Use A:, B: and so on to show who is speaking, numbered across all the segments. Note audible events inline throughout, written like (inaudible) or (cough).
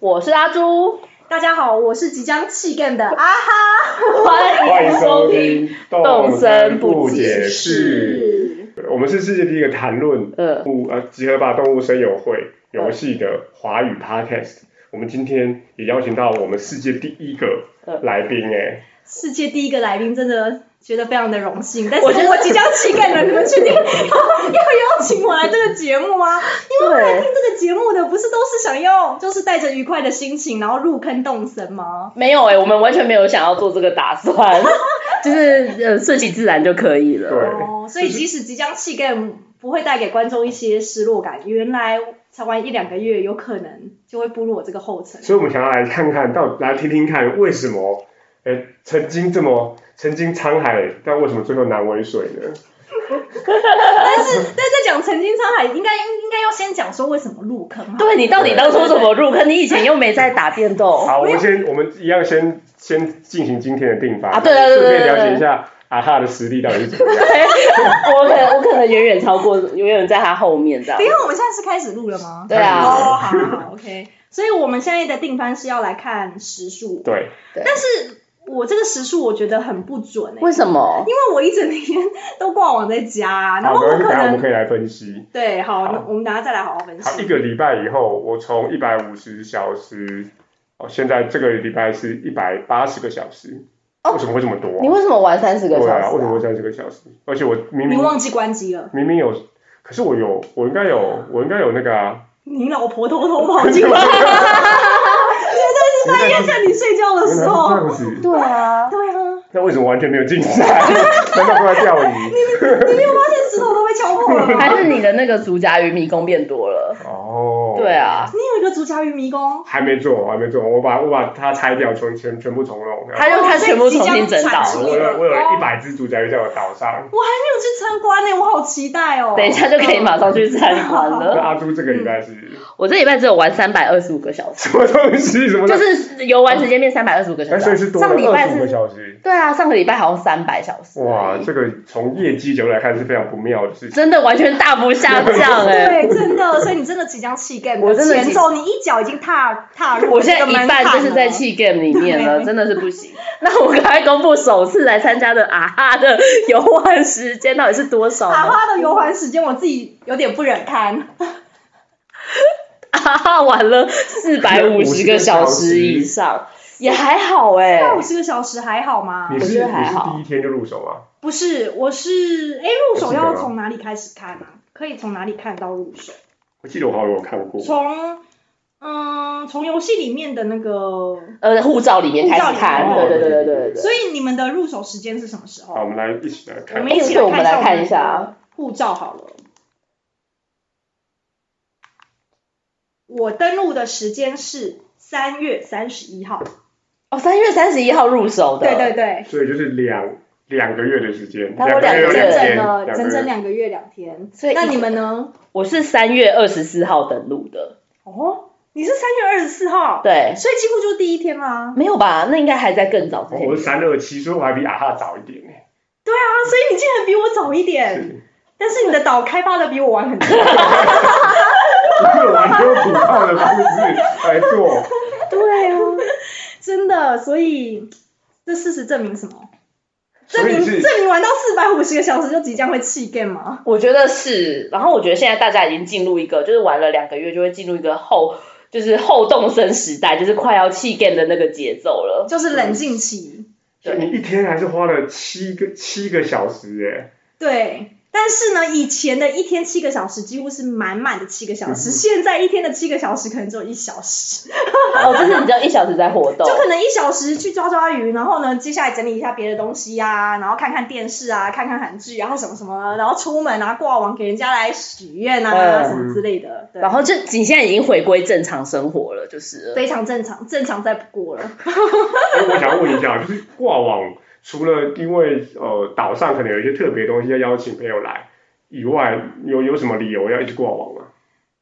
A: 我是阿 (laughs) 朱，
B: 大家好，我是即将弃
A: (laughs)
B: 干的啊哈，
A: 欢
C: 欢
A: 迎
C: 迎
A: 收
C: 收
A: 听
C: 听。
A: 动
C: 动
A: 森
C: 森
A: 不
C: 不
A: 解
C: 解释》。我们是世界第一个谈论
A: 呃，
C: 物呃集合吧动物声友会游戏的华语 podcast。我们今天也邀请到我们世界第一个来宾哎、
B: 世界第一个来宾，真的觉得非常的荣幸。但是
A: 我觉得
B: 我即将弃干了，你们确定 (laughs) 哦要邀请我来这个节目吗？因为来听这个节目的不是都是想要就是带着愉快的心情，然后入坑动神吗？
A: 没有哎、我们完全没有想要做这个打算， (laughs) 就是呃顺其自然就可以了。
C: 对
B: 哦，所以即使即将弃干，不会带给观众一些失落感。原来才玩一两个月，有可能就会步入我这个后
A: (laughs)
B: 尘。
C: 所以我们想要来看看到来听听看为什么哎、曾经这么曾经沧海，但为什么最后难为水呢？
B: 但是，但是在讲曾经沧海，应该应该要先讲说为什么入坑啊？
A: 对你到底当初怎么入坑？你以前又没在打电动。
C: 好，我们先我们一样先先进行今天的定法
A: 啊对对对
C: 顺便
A: 对对
C: 了解一下啊哈的实力到底是怎么样。
A: (laughs) 我可能我可能远远超过，远远在他后面这样
B: 等一。下，我们现在是开始录了吗？
A: 对啊
B: 哦，好好好，OK。所以我们现在的定番是要来看时数，
C: 对，
B: 但是我这个时数我觉得很不准哎、
A: 为什么？
B: 因为我一整天 (laughs) 都挂网在家啊，然
C: 好，
B: 后
C: 没
B: 我
C: 关系，等一
B: 可
C: 下我们
B: 能
C: 可以来分析。
B: 对，好，
C: 好
B: 那我们等下再来好好分
C: 好，一
B: 析。
C: 个礼拜以后，我从一百五十小时，哦，现在这个礼拜是一百八十个小时，
A: 哦
C: 为什么会这么多、啊
A: 你为什么玩三十个
C: 对
A: 小
C: 啊，为
A: 时、
C: 什
A: 啊
C: 么？会三十个小时？而且我明
B: 你
C: 明
B: 忘记关机了，
C: 明明有，可是我有，我应该有，我应该有那个啊，
B: 你老婆偷偷跑进来，
C: (laughs) 半夜
B: 在你睡觉的时
C: 这
B: 候。
C: 样子，
A: 对啊，
B: 对啊，
C: 那为什么完全没有进来？难道不来钓鱼？
B: 你没有发现石头都被敲破了
C: (laughs)
B: 吗？
A: 还是你的那个竹夹鱼迷宫变多了？
C: 哦，
A: 对，啊，
B: 你有一个竹夹鱼迷宫，
C: 还没做，我还没做，我把我把它拆掉，全全全部重弄。
A: 他就他全部重新整倒
C: 我
B: 所以即将产出
A: 了。
C: 有我有一百只猪仔鱼在我岛上，
B: 我还没有去参观呢、欸我好期待哦。
A: 等一下就可以马上去参观 (laughs)
C: 那
A: 了。
C: 阿猪这个礼拜是
A: 我这礼拜只有玩三百二十五个小时，
C: 什么东西？什么东西
A: 就是游玩时间变三百二十五个小
C: 哎，所以
A: 时
C: 是
A: 啊。
C: 多了
A: 上礼拜
C: 二十五个
A: 是，
C: 小时。
A: 对啊，上个礼拜好像三百小时。
C: 哇，这个从业绩角度来看是非常不妙的事情。
A: 真的完全大幅下降哎、
B: 对，真的，所以你真的即将弃 game，
A: 我真的
B: 前奏，你一脚已经踏踏入
A: 我现在
B: 这个门
A: 一
B: 槛
A: 半
B: 了
A: 就是在。气 game 里面
B: (laughs)
A: 了，真的是不行。那我赶快公布首次来参加的啊哈的游玩时间到底是多少
B: 打
A: 呢？
B: 花的游玩时间，我自己有点不忍堪。
A: (laughs) 啊哈玩了四百五十个小时以上，也还好哎、
B: 五十个小时还好吗？
C: 你
A: 我
C: 是
A: 觉得
C: 你
A: 还
C: 是
A: 好
C: 第一天就入手吗？
B: 不是，我是哎，入手要
C: 我记得了
B: 从哪里开始看啊？可以从哪里看到入手？
C: 我记得我好像有看过。
B: 从嗯，从游戏里面的那个，
A: 呃，护照里面开
B: 护照
A: 始
B: 里
A: 看，对
B: 面
A: 对对对对对。
B: 所以你们的入手时间是什么时
C: 好，我
B: 候？
C: 们来一起来
B: 我
C: 看。
B: 们一起来
A: 我们来
B: 看
A: 看一下
B: 护照好了。我登录的时间是三月三十一号。
A: 哦，三月三十一号入手的，
B: 对对对，
C: 所以就是两两个月的时间，
A: 大概有
C: 个月有
A: 两
C: 两天，
A: 个月
B: 整整的整整
C: 两
B: 两个月两天。
A: 所以一
B: 那你们呢？
A: 我是三月二十四号登录的，
B: 哦，你是三月二十四号，，
A: 对，
B: 所以几乎就是第一天啦。
A: 没有吧？那应该还在更早之
C: 个
A: 前
B: 哦
C: 月。我是三二七，所以我还比阿哈早一点呢。
B: 啊，所以你竟然比我早一点，
C: 是
B: 但是你的岛开发的比我晚很多。
C: 因为我们用古套的方式来做，
B: (laughs)
A: (laughs)
B: 对啊， (laughs) 真的，所以这事实证明什么？证
C: 所以
B: 明
C: 是
B: 证明玩到四百五十个小时就即将会弃 game 吗？
A: 我觉得是，然后我觉得现在大家已经进入一个，就是玩了两个月就会进入一个后，就是后动身时代，就是快要弃 game 的那个节奏
B: (laughs)
A: 了。
B: 就是冷静期。
C: 所以你一天还是花了七个七个小时哎。
B: 对，但是呢，以前的一天七个小时几乎是满满的七个小时，现在一天的七个小时可能只有一小时，
A: 哦，就是你知道一小时在活动
B: 就，可能一小时去抓抓鱼，然后呢，接下来整理一下别的东西啊，然后看看电视啊，看看韩剧啊，然后什么什么，然后出门啊，挂网给人家来许愿啊，
A: 嗯
B: 什么之类的，对
A: 然，后就你现在已经回归正常生活了，就是了。
B: 非常正常，正常再不过了。
C: 哎，我 (laughs) 想问一下，就是挂网除了因为呃岛上可能有一些特别东西要邀请朋友来以外，有有
B: (laughs)
C: 什么理由要一直挂网吗？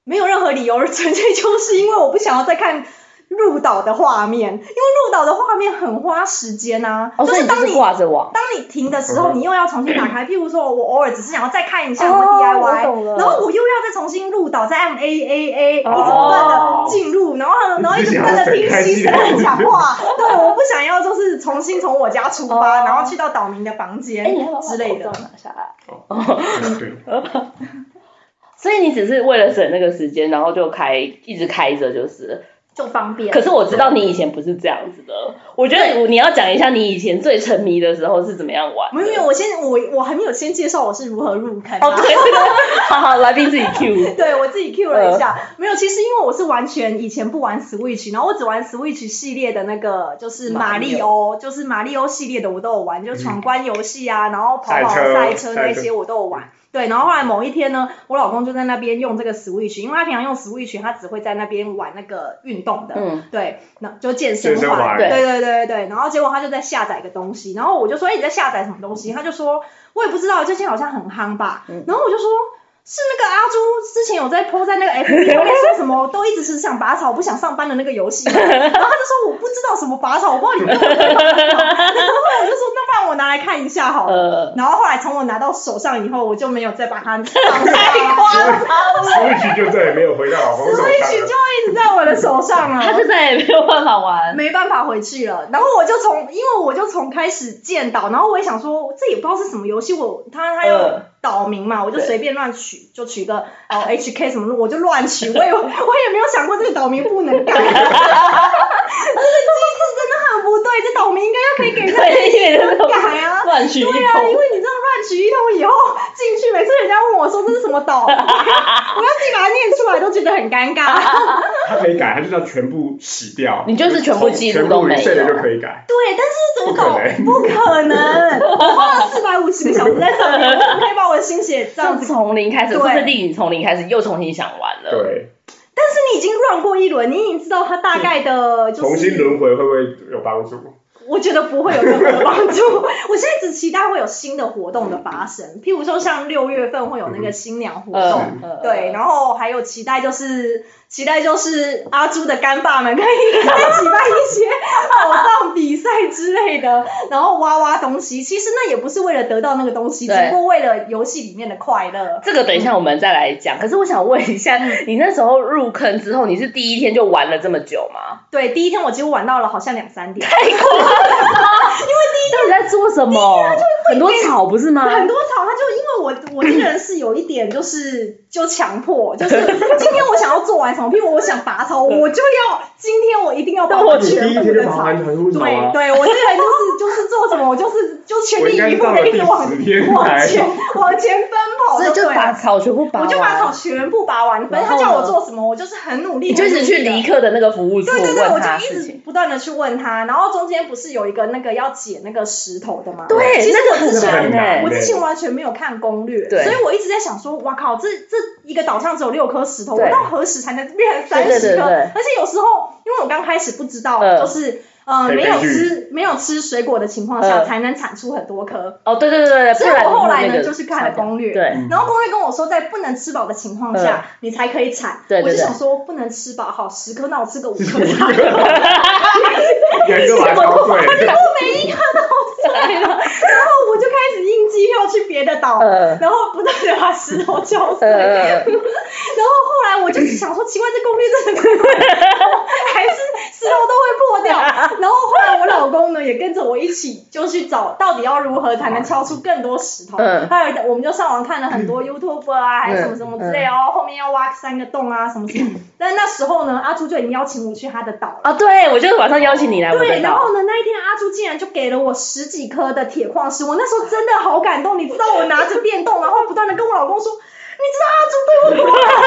B: 没有任何理由，纯粹就是因为我不想要再看入岛的画面，因为入岛的画面很花时间啊，
A: 哦，
B: 就
A: 所以
B: 是
A: 你就
B: 当
A: 是
B: 你
A: 挂着网。
B: 当你停的时候，
C: 嗯哼
B: 你又要重新打开。譬如说，我偶尔只是想要再看一下我的
A: 哦
B: DIY，、
A: 我懂了
B: 然后我又要再重新入岛，再按 A A A，一直
A: 哦
B: 不断的进入，
A: (laughs)
B: 然后然后一直不断的听西生人讲话。对，我不想要就是重新从我家出发，
A: 哦
B: 然后去到岛民的房
A: 哎、你
B: 间
A: 还把
B: 之类的
A: 口。罩拿下来。
C: 嗯对，
A: 所以你只是为了省那个时间，然后就开一直开着就是了。
B: 就方便
A: 可是我知道你以前不是这样子的，我觉得你要讲一下你以前最沉迷的时候是怎么样玩的。
B: 没有没有，我先我我还没有先介绍我是如何入坑、啊。
A: 哦，对对对， (laughs) 好好，来宾自己 (laughs) Q。
B: (laughs) 对我自己 Q 了一下，没有，其实因为我是完全以前不玩 Switch，然后我只玩 Switch 系列的那个，就是马
A: 马里
B: 里欧，就是马里欧系列的我都有玩，就闯关游戏啊，然后跑跑
C: 赛车
B: 赛车
C: 赛
B: 那些
C: 车
B: 我都有玩。对，然后后来某一天呢，我老公就在那边用这个 Switch，因为他平常用 Switch，他只会在那边玩那个运动的，
A: 嗯，
B: 对，那就健身
C: 健身
B: 环，
C: 环
B: 对
A: 对
B: 对对对对。然后结果他就在下载一个东西，然后我就说：“哎、你在下载什么东西？”他就说：“我也不知道，最近好像很夯吧。
A: 嗯
B: 然后我就说。是那个阿朱之前有在 PO 在那个
A: (laughs)
B: FB 上面说什么，都一直是想拔草不想上班的那个游
A: (laughs)
B: 戏嘛，然后他就说我不知道什么拔草，我不知道你们有没有拔草，然后我就说那不然我拿来看一下好了，
A: 呃，
B: 然后后来从我拿到手上以后，我就没有再把它
A: (laughs)
B: 放下来，
C: 所以就再也没有回到老公手
B: 所以曲就
C: 上了。
B: 一直在我的手上
A: (laughs)
B: 了。
A: 他就再也没有办法玩。
B: 没办法回去了。然后我就从，因为我就从开始建岛，然后我也想说，这也不知道是什么游戏，我他他有
A: 呃
B: 岛名嘛，我就
A: 对
B: 随便乱取，就取个哦 HK 什么，我就乱取，我也我也没有想过这个岛名不能改。这个机 (laughs) 制真的很不对，这岛名应该要可以给人
A: (laughs)
B: 家
A: 对，因为就是
B: 改啊。
A: 乱取一
B: 对 (laughs) 啊，因
A: 通。
B: 为你这样乱取一通以后进去，每次人家问我说这是什么 (laughs) 岛，我要自己把它念出来都觉得很尴尬。 (laughs)
C: 他可以改，他就是要全部洗掉。
A: 你就是全部记录都没有
C: 全部 reset 了就可以改。
B: 对，但是这种搞不可能，我花了四百五十个小时在上面，我怎么可以把我的心血这样
A: 是
B: (laughs) 子？
A: 从零开始，
B: 对
A: 说不定你从零开始又重新想玩了。，
C: 对，
B: 但是你已经乱过一轮，你已经知道它大概的，就是
C: 重新轮回会不会有帮助？
B: 我觉得不会有任何帮助。 (laughs) 我现在只期待会有新的活动的发生，譬如说像六月份会有那个新娘活动。
A: 呃，呃
B: 对，然后还有期待就是期待就是阿朱的干爸们可以再举办一些 (laughs) 偶像比赛之类的，然后挖挖东西。其实那也不是为了得到那个东西，只
A: 对
B: 不过为了游戏里面的快乐。
A: 这个等一下我们再来讲。可是我想问一下，你那时候入坑之后，你是第一天就玩了这么久吗？
B: 对，第一天我几乎玩到了好像两三点，
A: 到底在做什么？很多草不是吗？
B: 很多草，他就因为我我这个人是有一点就是就强迫，就是今天我想要做完什么，譬如我想拔草，我就要今天我一定要
A: (laughs)
B: 拔
A: 但我
C: 你第
B: 全
C: 一
B: 部
C: 天
B: 的
C: 就
B: 草
C: 跑。完全部
B: 对
C: 啊，
B: 对，我这个人就是就是做什么，我就是就全
C: 我
B: 力
C: 应该
B: 以
C: 是
B: 赴
C: 到了
B: 的一直
C: 第
B: 往
C: 十天
B: 往
C: 才。
B: 前往前奔跑，
A: 所以就
B: 对
A: 把
B: 了。
A: 草全部拔
B: 我
A: 完，
B: 就把草全部拔完，反正他
A: 然后
B: 叫我
A: 呢
B: 做什么，我就是很努力。
A: 你就
B: 很努
A: 是
B: 力
A: 去
B: 地
A: 离克的那个服务处
B: 啊对对对，我
A: 问他
B: 就
A: 事
B: 一直
A: 情。
B: 不断的去问他，然后中间不是有一个那个要解那个石头的吗？
A: 对，
B: 其实
A: 那
B: 我
A: 个
B: 之
A: 很欸
B: 前
C: 很难
B: 我
C: 对
B: 之前完全没有看攻略，
A: 哎对
B: 所以我一直在想说，哇靠，这这一个岛上只有六颗石头，
A: 对
B: 我到何时才能变成三
A: 对对
B: 十
A: 对
B: 颗？
A: 对
B: 而且有时候，因为我刚开始不知道，
A: 嗯
B: 就是呃
C: 可以
B: 没有
C: 培育
B: 吃没有吃水果的情况下，
A: 嗯
B: 才能产出很多颗。
A: 哦，对对对对对，
B: 所以
A: 不然
B: 我后来
A: 你那
B: 呢，
A: 个
B: 就是看了攻略， (laughs)
A: 对，嗯
C: 嗯
B: 然后攻略跟我说，在不能吃饱的情况下，你才可以产。
A: 对对
B: 我就
A: 对
B: 想说，不能吃饱，好，十颗那我吃个五
A: (laughs)
B: 颗 (laughs) 就好了。
C: 人都来搞对，
B: 我每一颗都碎了，然后我就开始印机票去别的岛，
A: 呃
B: 然后不断的把石头敲碎。
A: 呃，
B: 然后后来我就想说，奇怪，这功率真的很快，还是石头都会破掉。然后后来我老公呢也跟着我一起，就去找到底要如何才能敲出更多石头。
A: 嗯
B: 还有我们就上网看了很多 YouTube 啊，还有什么什么之类，然后后面要挖三个洞啊什么什么。但那时候呢，阿朱就已经邀请我去他的岛了。
A: 啊，对我就是晚上邀请你来我
B: 对，
A: 的
B: 然
A: 岛，
B: 后呢，那一天阿朱竟然就给了我十几颗的铁矿石，我那时候真的好感动，你知道我拿着电动，然后不断的跟我老公说。你知道阿朱对我多好吗？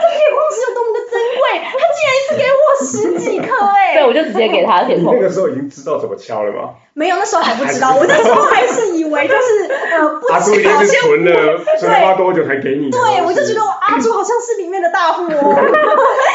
B: 这铁矿石有多么的珍贵，他竟然一次给我十几颗哎、
A: 对我就直接给他填
C: 你
A: 空
C: 那。个时候已经知道怎么敲了吗？
B: 没有，那时候还不知道，我那时候还是以为就是呃不
C: 阿朱一
B: 知
C: 定
B: 道
C: 是存了，存了花多久才给你的？哦
B: 对，我就觉得我阿朱好像是里面的
A: (laughs)
B: 大富翁，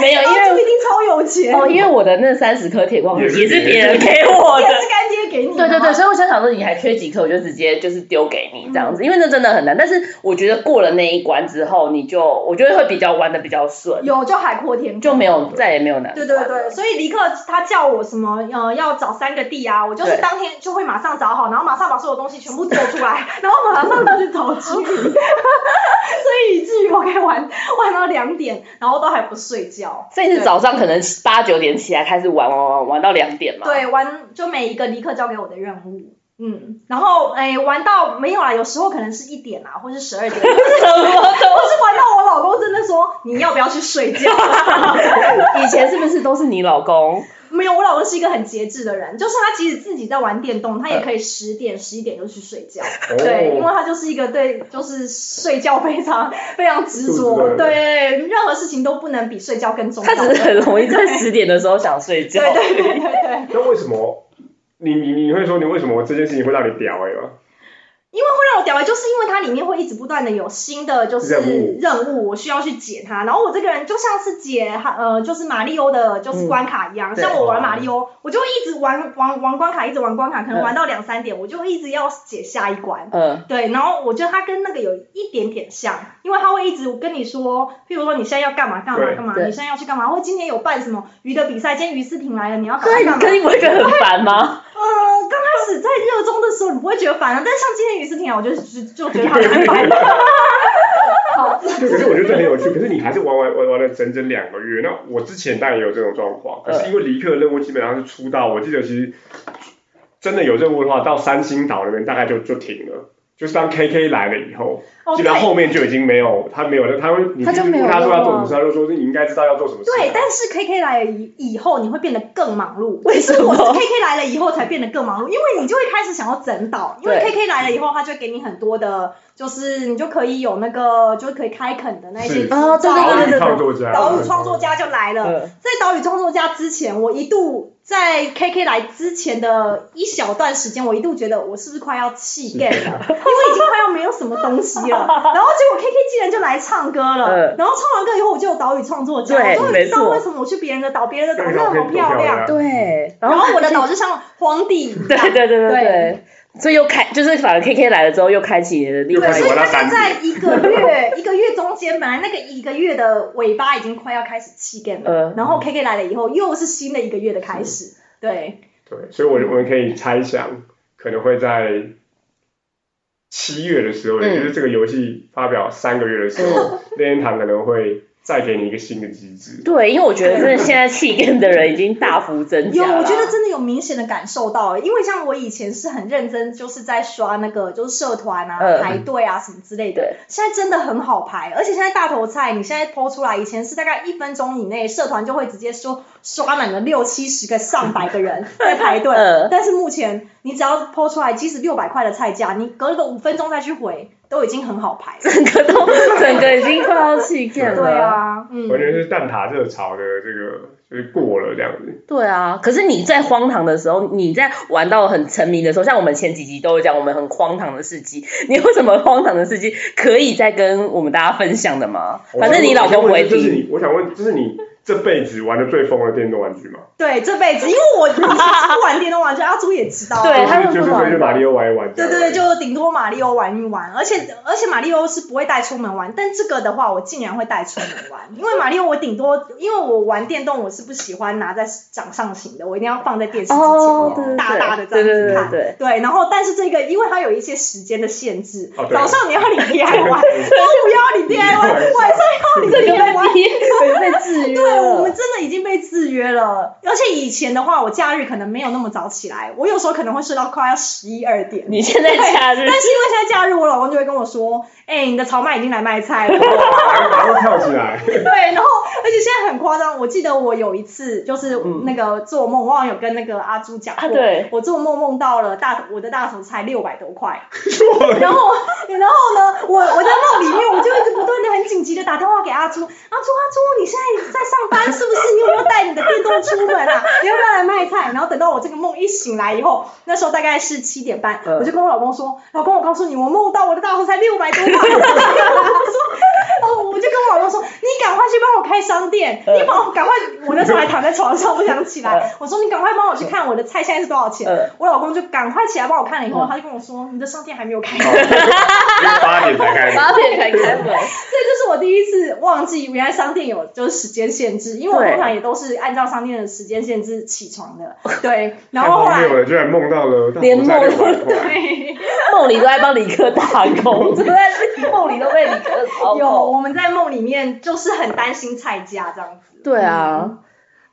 A: 没有，因
B: 阿朱一
A: 为
B: 定超有钱，
A: 哦，因为我的那三十颗铁矿石也
C: 也是
A: 是
C: 别
A: 别
C: 人
A: 人给我
B: 也
A: 的。
B: 是干爹给你的
A: 对对
B: 嘛。
A: 对，所以我想想说，你还缺几颗，我就直接就是丢给你这样子，因为那真的很难。但是我觉得过了那一关之后，你就我觉得会比较玩的比较较顺，
B: 有就海阔天空。
A: 就没有再也没有难关
B: 对对对，所以尼克他叫我什么呃要找三个地啊，我就是
A: 对
B: 当天就会马上找好，然后马上把所有东西全部做出来， (laughs) 然后马上就去找居民， (laughs) 所以以至于我可以玩玩到两点，然后都还不睡觉。
A: 所以是早上可能八九点起来开始玩玩玩玩到两点嘛。，
B: 对，玩就每一个尼克交给我的任务。嗯，然后哎，玩到没有啦，有时候可能是一点啊，或是十二点，
A: (laughs) 什
B: 我 (laughs)
A: 么都
B: 是玩到我老公真的说你要不要去睡觉？啊
A: 以前是不是都是你老公？
B: 没有，我老公是一个很节制的人，就是他即使自己在玩电动，他
C: 嗯
B: 也可以十点、十一点就去睡觉。
C: 哦
B: 对，因为他就是一个对，就是睡觉非常非常执
C: 负责
B: 着，
C: 任
B: 对，任何事情都不能比睡觉更重要。
A: 他只是很容易在十点的时候想睡觉。
B: 对对对对对，
C: (laughs) 那为什么你你你会说你为什么这件事情会让你屌哎吗？
B: 因为会让我屌欸，就是因为它里面会一直不断的有新的就是
C: 任务
B: 任务，我需要去解它。然后我这个人就像是解呃就是马里欧的
C: 嗯
B: 就是关卡一样，
A: 对
B: 像我
C: 哦
B: 玩马里欧，我就一直玩玩玩关卡，一直玩关卡，
C: 嗯
B: 可能玩到两三点，我就一直要解下一关。
A: (laughs) 嗯，
B: 对，然后我觉得它跟那个有一点点像，因为它会一直跟你说，譬如说你现在要干嘛干嘛
C: 对
B: 干嘛，
A: 对
B: 你现在要去干嘛，或者今天有办什么鱼的比赛，今天鱼思婷来了，你要干
A: 对，
B: 嘛干
A: 可
B: 嘛。
A: 你不会觉得很烦
B: (laughs)
A: 吗？
B: 呃，刚开始在热衷的时候，你不会觉得烦啊，但是像今天雨思婷啊，我就就就觉得她很烦。
C: (laughs)
B: 好，
C: 对，可是我觉得这很有趣。可是你还是玩玩玩玩了整整两个月。那我之前当然也有这种状况，可是因为离克的任务基本上是出到，我记得其实真的有任务的话，到三星岛那边大概就就停了。就是当 KK 来了以后，
B: 哦
C: 基
B: 对
C: 本上后面就已经没有他没有了，他会你
A: 他就没有
C: 问他说要做什
A: 了
C: 么事，他就说是你应该知道要做什么事啊。
B: 啊对，但是 KK 来了以以后，你会变得更忙碌。
A: 为什么
B: 就是我是 KK 来了以后才变得更忙碌，因为你就会开始想要整岛，因为
A: 对
B: KK 来了以后，他就会给你很多的，就是你就可以有那个，就可以开垦的那些
C: 是
B: 执照
A: 哦对对对
C: 岛屿
A: 对对啊
C: 创作家，
B: 岛屿创作家就来了。
A: 嗯，
B: 在岛屿创作家之前，我一度在 KK 来之前的一小段时间，我一度觉得我是不是快
A: (laughs)
B: 要弃 gay 了，因为已经快要没有什么东西了。然后结果 KK 竟然就来唱歌了
A: 嗯，
B: 然后唱完歌以后，我就有岛屿创作家，
A: 对
B: 我终于知
A: 没
B: 道
A: 错
B: 为什么我去别人的岛，别人的岛
C: 对
B: 那么
C: 岛可以多
B: 漂
C: 漂
B: 亮
C: 亮。
A: 对。
B: 然后我的岛就像荒
A: (laughs)
B: 地一样。
A: 对对对对对，所以又开，就是反而 KK 来了之后又开启你的另
C: 又
A: 外
C: 开
A: 一
C: 始
A: 个
B: 所以
C: 玩到
B: 大
C: 三
B: 概在一个月一个月中间，本来那个一个月的尾巴已经快要开始气干了，
A: 呃，
B: 然后 KK 来了以后，又是新的一个月的开始。对，
C: 对，所以我我们可以猜想，可能会在七月的时候，
A: 嗯
C: 也就是这个游戏发表三个月的时 (laughs)
B: 嗯
C: 候，任天堂可能会再给你一个新的机制。
A: 对，因为我觉得真的现在弃更的人已经大幅增
B: 有，
A: 加了。
B: 我觉得真的有明显的感受到，因为像我以前是很认真，就是在刷那个就是社团啊、
A: 嗯
B: 排队啊什么之类的。
A: 对，
B: 现在真的很好排，而且现在大头菜你现在剖出来，以前是大概一分钟以内，社团就会直接说刷满了六七十个、上百
A: (laughs)
B: 个人在排队。
A: 嗯
B: 但是目前你只要剖出来，即使六百块的菜价，你隔个五分钟再去回，都已经很好排。
A: 整个都整个已经快要弃更了。
B: 对，啊，嗯，
C: 完全是蛋挞热潮的这个就是过了这样子，
A: 对啊。可是你在荒唐的时候，你在玩到很沉迷的时候，像我们前几集都有讲我们很荒唐的事迹，你有什么荒唐的事迹可以再跟我们大家分享的吗？反正你老公不会
C: 哦我想问就是
A: 听。
C: 你，我想问，这是你这辈子玩的最疯的电动玩具吗？
B: 对，这辈子因为我以前是不玩电动玩具，阿朱也知道
A: (laughs)
B: 啊。
A: 对他们不
C: 就是
A: 玩
C: 就是马里奥玩一玩这
B: 对
C: 样。
B: 对对，就顶多马里奥玩一玩，而且而且马里奥是不会带出门玩，但这个的话我竟然会带出门玩，因为马里奥我顶多因为我玩电动我是不喜欢拿在掌上型的，我一定要放在电视机前面、
A: 哦，对对对，
B: 大大的这
A: 对
B: 样
A: 对
B: 子
A: 对对
B: 看。
A: 对。
B: 对，然后但是这个因为它有一些时间的限制，
C: 哦对
B: 早上你要你
C: (laughs)
B: DIY，中午要你 DIY，晚上要你
A: 这个
B: DIY，
A: 被逼被制约
B: 对，我们
A: 了。
B: 真的已经被制约了。而且以前的话，我假日可能没有那么早起来，我有时候可能会睡到快要十一二点。
A: 你现在假日
B: 但是因为现在假日，我老公就会跟我说：“哎、你的炒麦已经来卖
A: (laughs)
B: 菜了。
C: 然后然后跳起来， (laughs)
B: 对，然后而且现在很夸张，我记得我有一次就是
A: 嗯
B: 那个做梦，我好像有跟那个阿朱讲过，
A: 啊对
B: 我做梦梦到了大我的大头菜六百多块，
C: 错了
B: 然后，然后呢，我我在梦里面，我就一直不断的很紧急的打电话给阿朱，阿朱阿朱，你现在在上班是不是？你有没有带你的电动出门啊？你要不要来卖菜？然后等到我这个梦一醒来以后，那时候大概是七点半，
A: 嗯
B: 我就跟我老 (laughs) 公说，老公，我告诉你，我梦到我的大头才六百多块，我说，哦，我就跟跟我老公说，你赶快去帮我开商店，
A: 嗯
B: 你帮我赶快，我那时候还躺在床上不想起来，我说你赶快帮我去看我的菜现在是多少钱
A: 嗯，
B: 我老公就赶快起来帮我看了以后
A: 嗯，
B: 他就跟我说，你的商店还没有开，
C: 好因为八点才开
D: 八
C: 始，
D: 点才开门，
B: (laughs) 这就是我第一次忘记原来商店有就是时间限制，因为我
A: 对
B: 通常也都是按照商店的时间限制起
A: (laughs)
B: 床的，对， (laughs) 然
C: 太
B: 后后
C: 荒
B: 来
C: 谬了，居然梦到了
A: 连梦
C: 到六百块。
B: 对。
A: 梦里都在帮理科打工，真的是梦里都被理科操
B: 有，啊
A: 控。
B: 我们在梦里面就是很担心菜价这样子。
A: 对啊，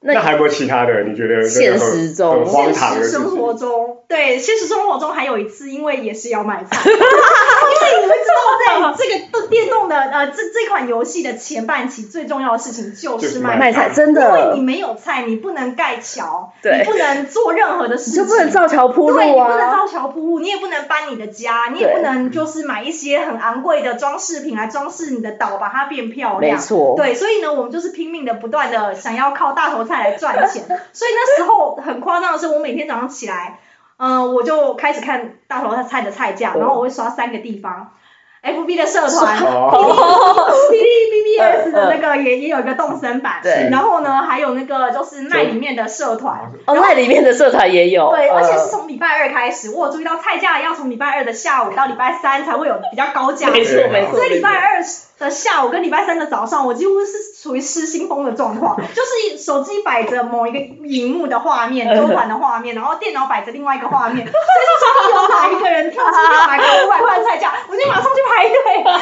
C: 那
A: 那
C: 还有没有其他的？你觉得这
A: 现
C: 个很
A: 实中
C: 很荒
B: 现
C: 唐的
B: 实
C: 事情
B: 生？活中， (laughs) 对，现实生活中还有一次，因为也是要买 (laughs) 菜，因为你们知道，在这个电动的呃这这款游戏的前半期，最重要的事情就
C: 就是是
B: 卖
A: 卖菜真
B: 因为
A: 的
B: 你，没有菜，你不能盖桥，
A: 对
B: 你不能做任何的事
A: 你
B: 情，
A: 就不能造桥铺
B: 对，你
A: 路
B: 不能
A: 啊。
B: 造桥铺路，你也不能搬你的家，你也
A: 对
B: 不能就是买一些很昂贵的装饰品来装饰你的岛，把它变漂
A: 没
B: 亮。
A: 错，
B: 对，所以呢，我们就是拼命的、不断的想要靠大头菜来赚钱。所以那时候很夸张的是，我每天早上起来，嗯、我就开始看大头菜的菜价，
A: 嗯
B: 然后我会刷三个地方，FB 的社团。
C: 哦，
B: B
A: (laughs)
B: B B
A: 嗯
B: S 的那个也也有一个动身版，
A: 对
B: 然后呢，还有那个就是卖里面的社团，
A: 哦，那里面的社团也有，
B: 对，而且是
A: 呃
B: 从礼拜二开始，我有注意到菜价要从礼拜二的下午到礼拜三才会有比较高价，
A: 没错
C: 对
A: 没错。
B: 所以礼拜
A: 没错
B: 二的下午跟礼拜三的早上，我几乎是处于失心疯的状
A: (laughs)
B: 况，就是手机摆着某一个荧幕的画
A: 嗯
B: 面，周转的画面，然后电脑摆着另外一个画面，就是有哪一个人跳出六百块、五百块的菜价，我就马上去排队。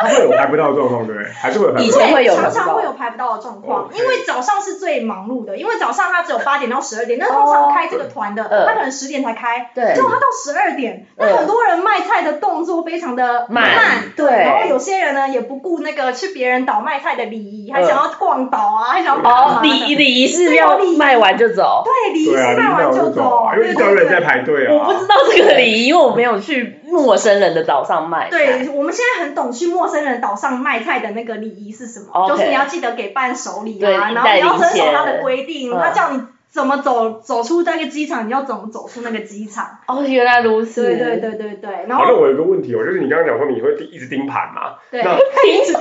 C: 他会有排不到的状况，对不对？还是会有排
A: 以
C: 不
A: 前
C: 到。
A: 会有嗯
B: 常
A: 排不
B: 常
A: 到
B: 会有排不到的状况
C: 哦，
B: 因为早上是最忙碌的，因为早上他只有八点到十二点，那通常开这个团的，
A: 哦嗯
B: 他可能十点才开，
A: 对
B: 结果他到十二点，
A: 嗯
B: 那很多人卖菜的动作非常的
A: 慢对
B: 然后有些人呢也不顾那个去别人岛卖菜的礼仪，还想要逛岛啊，还想要干嘛
A: 嗯哦，
B: 的
A: 礼仪礼仪是要卖完就走。
B: 对礼仪
C: 对啊，
B: 是
C: 你
B: 卖
C: 遇
B: 完
C: 到
B: 就
C: 这种
B: 走
C: 啊，，因为
B: 对
C: 遇到有人在
B: 对
C: 排队
A: 我不
C: 啊
A: 知。道这个礼仪，因为我没有去陌生人的岛上卖。
B: 对，我们现在很懂去陌生人岛上卖菜的那个礼仪是什么
A: OK
B: 就是你要记得给伴手礼
A: 对
B: 啊，然后
A: 带
B: 你要
A: 零
B: 遵守
A: 钱
B: 他的规定，
A: 嗯
B: 他叫你怎么走走出那个机场，你要怎么走出那个机场。
A: 哦，原来如此。
B: 对对，对对对，然
C: 好，
B: 后
C: 那我有个问题哦，就是你刚刚讲说你会一直盯盘嘛？
B: 对，
C: 那
A: 平常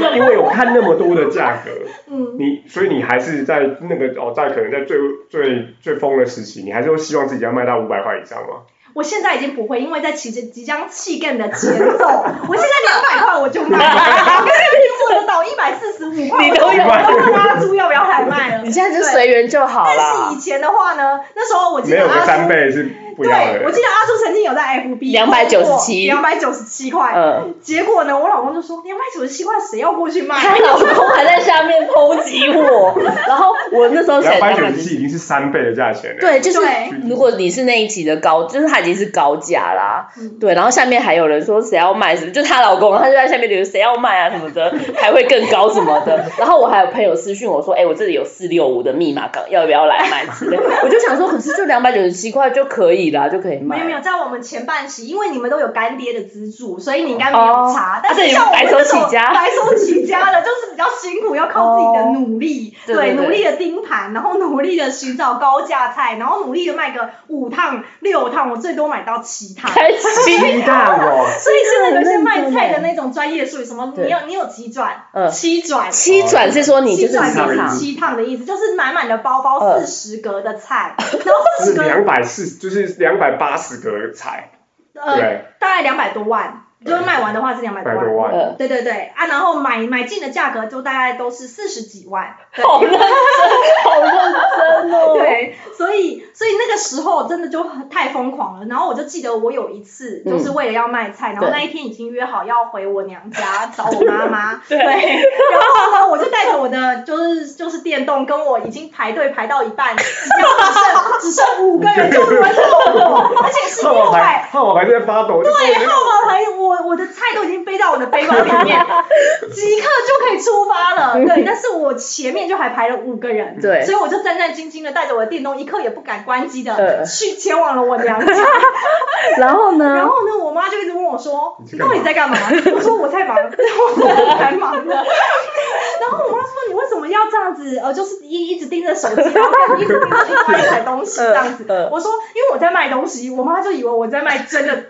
C: 那因为我看那么多的价格，
B: 嗯，
C: 你所以你还是在那个哦，在可能在最最最疯的时期，你还是会希望自己要卖到五百块以上吗？
B: 我现在已经不会，因为在骑着即将气更的前
A: (laughs)
B: 奏，我现在两百块我就卖了，我跟那个苹果的岛一百四十五块，
A: 你都
B: 我
A: 有
B: 我都问阿朱要不要来卖了
A: 你。现在就随缘就好
B: 但是以
A: 啦。
B: 前的话呢，那时候我记
C: 没
B: 得
C: 有个
B: 阿朱
C: 三倍是不一样
B: 对，我
C: 的
B: 记。得阿朱曾经有在 FB
A: 297
B: 两百九十七块，
A: 嗯，
B: 结果呢，我老公就说两百九十七块谁要过去卖？
A: 她老公还在下面抨击我，然后我那时候
C: 两
A: 选
C: 百九十七已经是三倍的价钱了。
A: 对，就是
B: 对
A: 如果你是那一期的高，就是他已经是高价啦，
B: 嗯
A: 对，然后下面还有人说谁要卖什么，就她老公，他就在下面留言谁要卖啊什么
B: (laughs)
A: 的，还会更高什么的。然后我还有朋友私讯我说，哎、我这里有四六五的密码港，要不要来买之类
B: (laughs)
A: 的。我就想说，可是就两百九十七块就可以啦，就可以
B: 没
A: 卖。
B: 有没有，在我们前半期，因为你们都有干爹的资助，所以你应该没有
A: 哦
B: 查。但
A: 啊对
B: 是像我们
A: 白
B: 这
A: 手
B: 种
A: 起家哦
B: 白手起家的，就是比较辛苦，要靠自己的努力，
A: 对对对
B: 努力的盯盘，然后努力的寻找高价菜，然后努力的卖个五趟六趟，我最多买到七趟。
A: 开心啊
C: 鸡蛋哦，
B: (laughs) 所以现在有一些卖
A: 真的
B: 菜的那种专业术语，什么
A: 对
B: 你有你有几转，
A: 嗯
B: 七转，
A: 七转是说你就是
B: 七
A: 市
B: 转
C: 七
B: 就
A: 场
B: 是
C: 转
B: 七趟的意思，就是满满的包包
A: 嗯
B: 四十格的菜，然后四
C: 是
B: 十格
C: 两百四，就是两百八十个才，
B: 呃
C: 对，
B: 大概两百多万，就是卖完的话是两百多
C: 百多万。
B: 万。
A: 呃，
B: 对对对啊，然后买买进的价格就大概都是四十几万，对
A: 好认真，好认真哦。
B: (laughs) 对，所以所以那个时候真的就很太疯狂了。然后我就记得我有一次就是为了要卖菜，然
A: 嗯
B: 后
A: 对
B: 那一天已经约好要回我娘家
A: (laughs)
B: 找我妈妈，
A: 对
B: 然后呢，我就带着我的就是就是电动，跟我已经排队排到一半，要只剩只剩五个人就轮到
A: (laughs)
B: 我，而且是
C: 号
B: 六
C: 码
B: 百
C: 牌，号码牌就在发抖，就
B: 对，
C: 是
B: 号码牌，我我的菜都已经背到我的背包
A: (laughs)
B: 里面，即刻就可以出发了。对，但是我前面就还排了五个人，
A: 对
B: 所以我就战战兢兢的带着我的电动，一刻也不敢关机
A: 呃
B: 的去前往了我娘家。
A: (laughs) 然后
B: 然
A: 呢？
B: 后呢，我妈就一直问我说：“
C: 你在
B: 你
C: 干
B: 到
C: 嘛
B: 底在干嘛？” (laughs) 我说：“我在忙，我真的在忙 (laughs) 的。”然后我妈说：“你为什么要这样子？呃，就是一一直盯着手机，然后一直盯着另外一台东西这样子。
A: 呃呃
B: 我说：“因为我在卖东西。”我妈就以为我在卖真的
A: (laughs)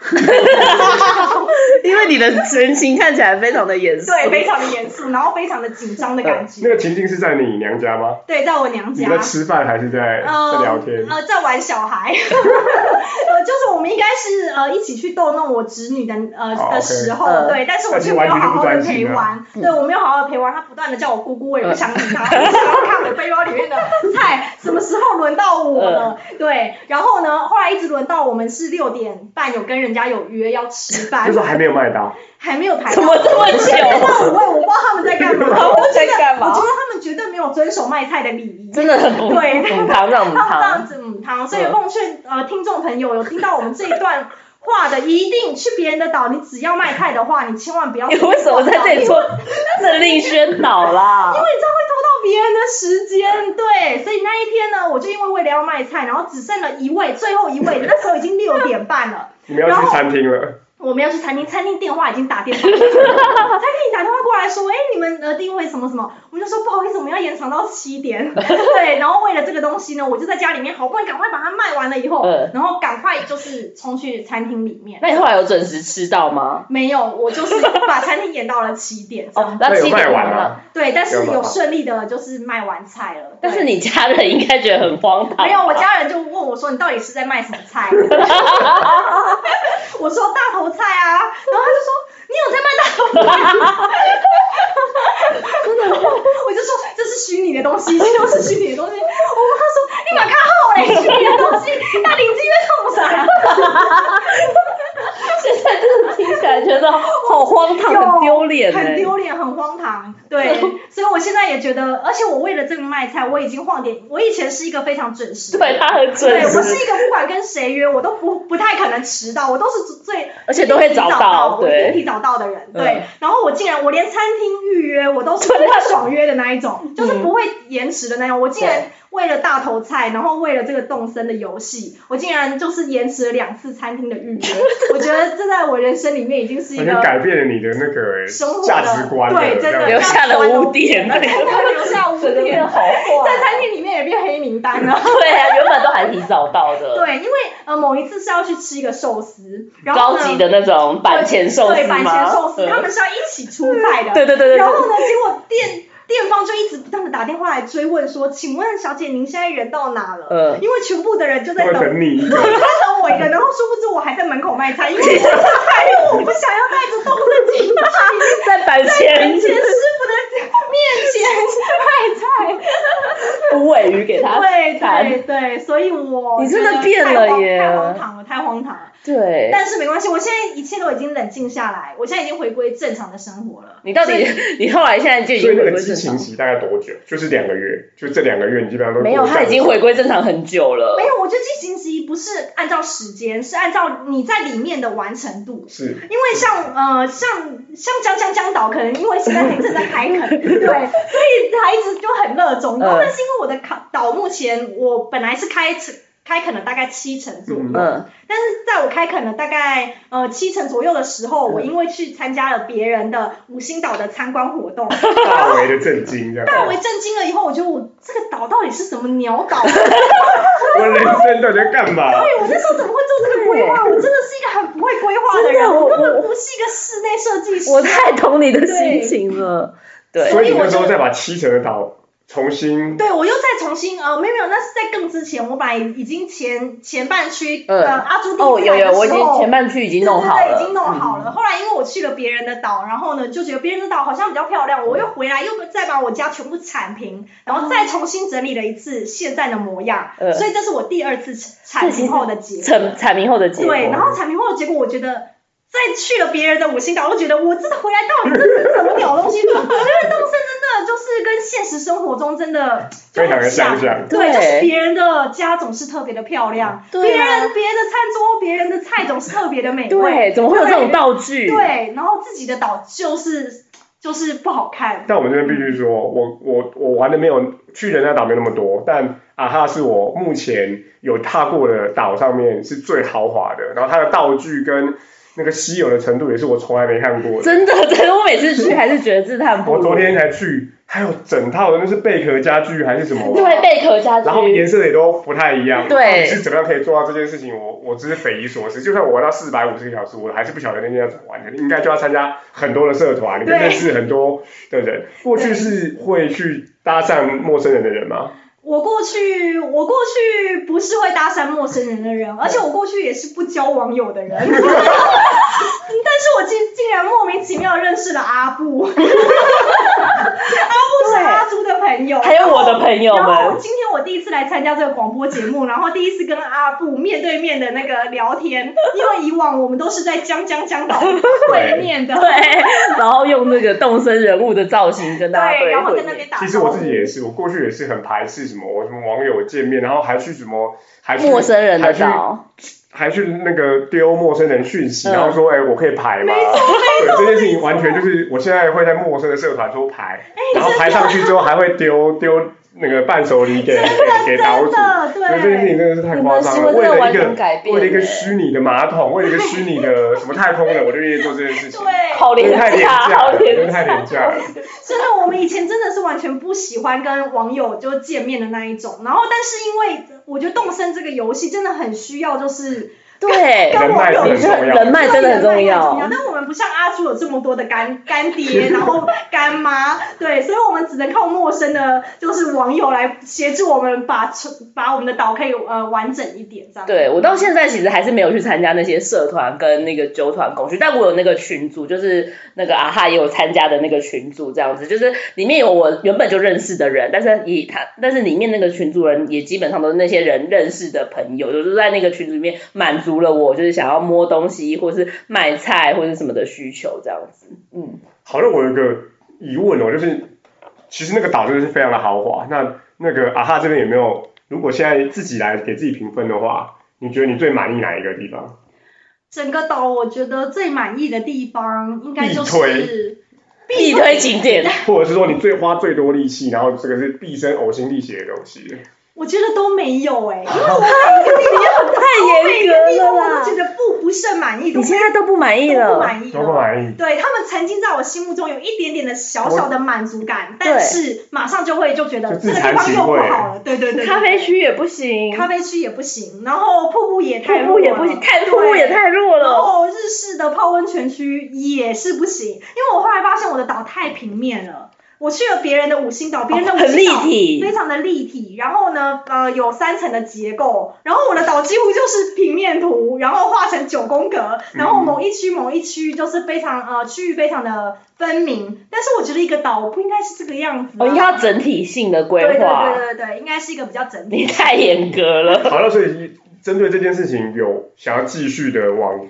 A: 因为你的神情看起来非常的严肃。
B: (laughs) 对，非常的严肃，然后非常的紧张的感
C: 那
B: 觉。
C: 个情境是在你娘家吗？
B: 对，在我娘
C: 你
B: 家，
C: 在吃饭还是在在聊天？
B: 呃，在玩小孩， (laughs) 呃，就是我们应该是呃一起去逗弄我侄女的呃、
C: 哦
B: 的
C: OK
B: 时候，
A: 嗯
B: 对，但是我
C: 但是
B: 却没有
C: 完全
B: 好
C: 就不
B: 好的
C: 专心
B: 陪
C: 啊
B: 玩，对我没有好好的陪玩，她不断的叫我姑姑，我也不想理她，
C: 嗯
B: 我想要看我背包里面的菜，什么时候轮到我了？
C: 嗯
B: 对，然后呢，后来一直轮到我们是六点半有跟人家有约要吃
C: 那
B: 饭
C: 时，候还没有卖到，
B: 还没有排
A: 怎
B: 到
A: 么这么
B: (laughs) 我
A: 久？
B: 我我不知道他们在
C: (laughs)
B: 干嘛，
A: 他
B: 我
A: 们啊在
B: 觉得
A: 干嘛
B: 我觉得他们绝对没有遵守卖菜的礼仪。
A: 真的很母
B: 对
A: 母汤让母
B: 他们这样
A: 汤，
B: 子母汤，所以奉劝呃听众朋友有听到我们这一段话的，一定去别人的岛，你只要卖菜的话，你千万不
A: (laughs) (laughs)
B: 要。
A: 你为什么在这里
B: 因为
A: 做政令宣导啦？
B: 你这样会偷到别人的时间，对，所以那一天呢，我就因为为了要卖菜，然后只剩了一位，最后一位，那时候已经六点半了。
C: 你们要去餐厅了，
B: 我们要去餐
A: 嗯
B: 厅，餐厅电话已经打电话过
A: (laughs)
B: 去了，餐厅打电话过来说，哎、你们呃定位什么什么，我们就说不好意思，我们要延长到七
A: (laughs)
B: 点，对，然后为了这个东西呢，我就在家里面好不容易赶快把它卖完了以后，
A: 嗯
B: 然后赶快就是冲去餐厅里面，
A: 那你后来有准时吃到吗？
B: 没有，我就是把餐厅延到了七点，
A: (laughs)
B: 这
A: 哦
B: 样，
A: 那
C: 有
A: 七
C: 卖
A: 点
C: 完
A: 了，
C: 了，
B: 对，但
C: 没
B: 是
C: 有办
B: 有
C: 法
B: 顺利的就是卖完菜了，
A: 但是
B: 对。
A: 你啊家人应该觉得很荒唐。
B: 没有，我
A: (laughs)
B: 家人就问我说：“你到底是在卖什么菜？”我说：“大头菜啊。”然后他就说：“你有在卖大头菜吗？” (laughs) 我就说这是虚拟的东西，这都是虚拟的东西。我妈说你马看好嘞，虚拟的东西，那邻居在弄啥？
A: 现在真的听起来觉得好荒唐，
B: 有
A: 很丢脸
B: 很
A: 哎。
B: 丢脸，很荒唐。
A: (laughs)
B: 对，所以我现在也觉得，而且我为了这个卖菜，我已经晃点。我以前是一个非常准时的人，
A: 对他很
B: 对
A: 准
B: 我是
A: 时，
B: 一个不管跟谁约，我都不不太可能迟到，我都是最
A: 而且都会早到
B: 我一定
A: 对
B: 提早到的人，对。
A: 嗯
B: 然后我竟然我连餐厅预约我都是不会爽约的那一种，就是
A: 嗯
B: 不会延迟的那种。我竟然为了大头菜，然后为了这个动森的游戏，我竟然就是延迟了两次餐厅的预约。我觉得这在我人生里面已经是一
C: 完
A: (laughs)
B: 个
C: 全改变了你的那个哎
B: 生活的
C: 价值观了，
B: 对真的
C: 这
A: 留
C: 样
A: 下了污点，那个
B: (laughs) 留下污
A: 整个变
B: 点，
A: 好坏。
B: 在餐厅里面也变黑名单了。 (laughs)
A: 对啊，原本都还提早到的。
B: 对，因为呃某一次是要去吃一个寿司，然后
A: 高
B: 呢
A: 级的那种板前寿司
B: 对，板前
A: 吗？
B: 寿司，
A: 嗯
B: 他们是要一起出菜的。
A: 对对对对
B: 然后
A: 对，
B: 呢，结果店店方就一直不断的打电话来追问说，请问小姐您现在人到哪了？
A: 嗯
B: 因为全部的人就在
C: 会
B: 等。
C: 等你一
B: 对， (laughs)
C: 个。
B: 他等我一个，然后殊不知我还在门口卖菜，因为我菜，因为我不想要带着动物进去，
A: (laughs) 在板
B: 在
A: 前
B: 前师傅的面前卖菜。
A: 无尾鱼给他
B: (laughs) 对对
A: 看。
B: 对，所以我
A: 你真的
B: 觉得
A: 变
B: 太
A: 了
B: 荒
A: 耶
B: 太荒唐了，太荒唐了。
A: 对，
B: 但是没关系，我现在一切都已经冷静下来，我现在已经回归正常的生活了。
A: 你到底你后来现在就已
C: 所以
A: 经
C: 那
A: 回
C: 个
A: 归
C: 激
A: 正
C: 情
A: 常？
C: 期大概多久？就是两个月，就这两个月你基本上都
A: 没有，
C: 过
A: 他已经
C: 这样
A: 回归正常很久了
B: 没。有，我觉得进行期不是按照时间，是按照你在里面的完成度。
C: 是
B: 因为像呃像像江江江岛，可能因为现在还正在开垦，对，所以他一直就很热
A: 嗯
B: 衷。然后但是因为我的卡岛目前我本来是开成开垦了大概七成左右，
C: 嗯
A: 嗯，
B: 但是在我开垦了大概呃七成左右的时候，我因为去参加了别人的五星岛的参观活动，
C: 大为的震惊这样。
B: 大为震惊了以后，我觉得我这个岛到底是什么鸟岛？
C: 我人生到底在干嘛？
B: 哎对，我那时候怎么会做这个规划？我真的是一个很不会规划的
A: 真的
B: 人，我根
A: 我
B: 本不是一个室内设计师。啊
A: 我太懂你的心情了。
B: 哎
A: 对，
C: 所以你那时候再把七成的岛重新
B: 对，我又再重新呃，没有没有，那是在更之前，我本来已经前前半区呃
A: 嗯
B: 阿朱莉
A: 哦，有有，我已经前
B: 半
A: 半区已经弄好
B: 对对对，已
A: 了。嗯
B: 经弄好了。后来因为我去了别人的岛，然后呢就觉得别人的岛好像比较漂亮，我又回来又再把我家全部铲平，然后再重新整理了一次现在的模样，
A: 哦嗯
B: 所以这是我第二次铲平后的结果。
A: 产产明后的结果，
B: 对，然后产品后的结果，我觉得再去了别人的五星岛，我觉得我真的回来到底这是什么鸟东西？我觉得动森真的就是跟现实生活中真的就
C: 非常的
B: 很像
C: 相。像。
B: 对，
A: 对
B: 就是别人的家总是特别的漂亮，
A: 对
B: 别
A: 啊
B: 人别人的餐桌、别人的菜总是特别的美味，
A: 对，怎么会有这种道具？
B: 对，然后自己的岛就是就是不好看，
C: 但我们这边必须说，我我我玩的没有去人家岛没那么多，但啊哈是我目前有踏过的岛上面是最豪华的，然后它的道具跟那个稀有的程度也是我从来没看过的。
A: 真的，真的，我每次去还是觉得自叹不
C: 我
A: 如。
C: 昨天才去，还有整套的那是贝壳家具还是什么，
A: 对，贝壳家
C: 然后颜
A: 居，
C: 色也都不太一样。
A: 对
C: 你是怎么样可以做到这件事情？我我真是匪夷所思。就算我玩到四百五十个小时，我还是不晓得那天要怎么完成。应该就要参加很多的社团，你会
B: 对
C: 认识很多的人。过去是会去搭讪陌生人的人吗？
B: 我过去，我过去不是会搭讪陌生人的人，而且我过去也是不交网
A: (laughs)
B: 友的人。 (laughs) 但是我竟竟然莫名其妙认识了阿布， (laughs) 阿布是阿朱的朋友，
A: 还有我的朋友
B: 然后
A: 们，
B: 今天我第一次来参加这个广播节目，然后第一次跟阿布面对面的那个聊天，因为以往我们都是在江江江
A: (laughs)
B: 岛会面的，
A: 对，然后用那个动身人物的造型跟大家
B: 对，
A: 对
B: 然后
A: 会
B: 在那边打招呼。
C: 其实我自己也是，我过去也是很排斥什么我什么网友见面，然后还去什么还去
A: 陌生人的
C: 还去
A: 岛，
C: 还去那个丢陌生人讯息，
A: 嗯
C: 然后说哎、我可以排吗？
B: 没错
C: 对，这件事情完全就是我现在会在陌生的社团说排，
A: 哎
C: 然后排上去之后还会丢丢那个伴手礼给给给岛主
B: 真。的
C: 所以这件事
B: 对，
C: 情真的是太
A: 你
C: 夸
A: 们行
C: 张了，
A: 为
C: 为
A: 真的
C: 了
A: 完
C: 一个
A: 全改变
C: 为了一个
A: 欸
C: 虚拟的马桶，为了一个虚拟的什么太空人，我就愿意做这件事
A: (laughs)
C: 情。
B: 对
A: 好
C: 真
A: 廉
C: 的太廉
A: 价，
C: 价
A: 好
C: 了，真的
A: 廉
C: 太廉
A: 价。
C: 价了。
B: 真的，我们以前真的是完全不喜欢跟网友就见面的那一种，然后但是因为我觉得动身这个游戏真的很需要就是
A: 对，
B: 跟网友
C: 人脉很
A: 你
C: 重
A: 这
C: 要
A: 人脉真的很重
B: 对人脉很
A: 要。
B: 但我们不像阿朱有这么多的干干爹，然后干妈，对，所以我们只能靠陌生的，就是网友来协助我们把把我们的岛可以呃完整一点这样。
A: 对我到现在其实还是没有去参加那些社团跟那个酒团工具，但我有那个群组，就是那个阿哈也有参加的那个群组，这样子，就是里面有我原本就认识的人，但是以他，但是里面那个群组人也基本上都是那些人认识的朋友，就是在那个群组里面满足了我就是想要摸东西或是卖菜或是什么的需求，这样子，嗯，
C: 好那我有一个疑问哦，就是其实那个岛真的是非常的豪华。那那个阿哈这边有没有？如果现在自己来给自己评分的话，你觉得你最满意哪一个地方？
B: 整个岛我觉得最满意的地方应该就
C: 必推
B: 是
A: 必推景点， (laughs)
C: 或者是说你最花最多力气，然后这个是毕生呕心沥血的东西？
B: 我觉得都没有哎、因为
A: (laughs)
B: 我
A: 哦太
B: 每
A: 严
B: 个地方
A: 格
B: 我
A: 了
B: 都觉
A: 啦，
B: 得不不甚满意，都
A: 你现在都不满意
B: 都不
A: 了，
B: 满意
C: 都不
B: 了。
C: 满意。
B: 对他们曾经在我心目中有一点点的小小的满足感，但是马上就会就觉得
C: 就
B: 这
C: 自
B: 个地
C: 惭
B: 方
C: 形
B: 又不
C: 秽
B: 好了，对对对，对
A: 咖啡区也不行，
B: 咖啡区也不行，然后瀑布也太
A: 瀑布
B: 弱了
A: 也不行，太瀑布也。太弱
B: 对然
A: 了。
B: 后日式的泡温泉区也是不行，因为我后来发现我的岛太平面了。我去了别人的五星岛，别人的五
A: 哦很
B: 星
A: 立
B: 岛、
A: 体
B: 非常的立体，然后呢，呃，有三层的结构，然后我的岛几乎就是平面图，然后画成九宫
A: 嗯
B: 格，然后某一区某一区就是非常呃区域非常的分明，但是我觉得一个岛不应该是这个样子、啊，
A: 哦我应该要整体性的
B: 对对
A: 规划。
B: 对对对，应该是一个比较整体
A: 你。太严格了。
C: 好，那所以针对这件事情，有想要继续的往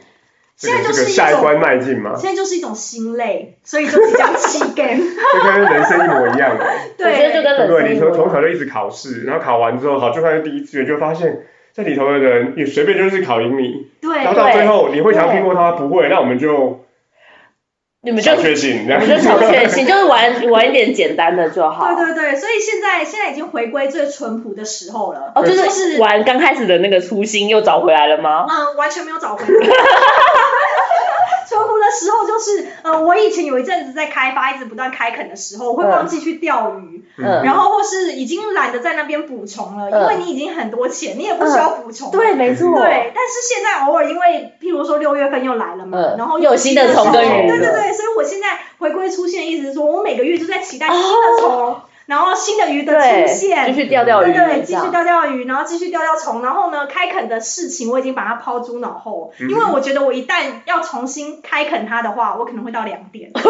C: 这个
B: 现在
C: 这
B: 就
C: 个
B: 是一种
C: 下一关迈进
B: (laughs)
C: 吗？
B: 现在就是一种心累，所以就比较 (laughs) 气感。
C: 就跟人生一模一样的。
A: 我觉得就
B: 对，
A: 跟
C: 对
A: 冷
C: 不对？
A: 生
C: 你
A: 一
C: 从从
A: 样。
C: 小就一直考试，然后考完之后，好，就算是第一志愿，就发现这里头的人也随便就是考赢你，
B: 对
C: 然后到最后你会想要拼过他，不会，那我们就
A: 你们就
C: 小确幸，这
A: 我
C: 样
A: 们就小确幸，就是玩玩一点简单的就好。
B: 对对对，所以现在现在已经回归最淳朴的时候了。
A: 哦，就
B: 就是是
A: 玩刚开始的那个初心又找回来了吗？
B: 嗯，完全没有找回来。
A: (laughs)
B: 淳朴的时候就是，呃，我以前有一阵子在开发，一直不断开垦的时候，我会忘记去钓鱼，
C: 嗯
A: 嗯，
B: 然后或是已经懒得在那边捕虫了，因
A: 嗯
B: 为你已经很多钱，你也不需要捕虫。
A: 对，没错。
B: 对，但是现在偶尔因为，譬如说六月份又来了嘛，
A: 嗯
B: 然后
A: 又有新的虫
C: 跟鱼
B: 对对
A: 了
B: 对，所以我现在回归出现，意思是说我每个月就在期待新的虫，然后新的鱼的
A: 哦对，
B: 出
A: 继
B: 现。
A: 续钓钓鱼，
B: 对对，继
A: 这
B: 续
A: 样
B: 钓钓鱼，然后继续钓钓虫，然后呢，开垦的事情我已经把它抛诸脑后，因
A: 嗯
B: 为我觉得我一旦要重新开垦它的话，我可能会到两
A: (laughs)
B: 点。
C: (laughs)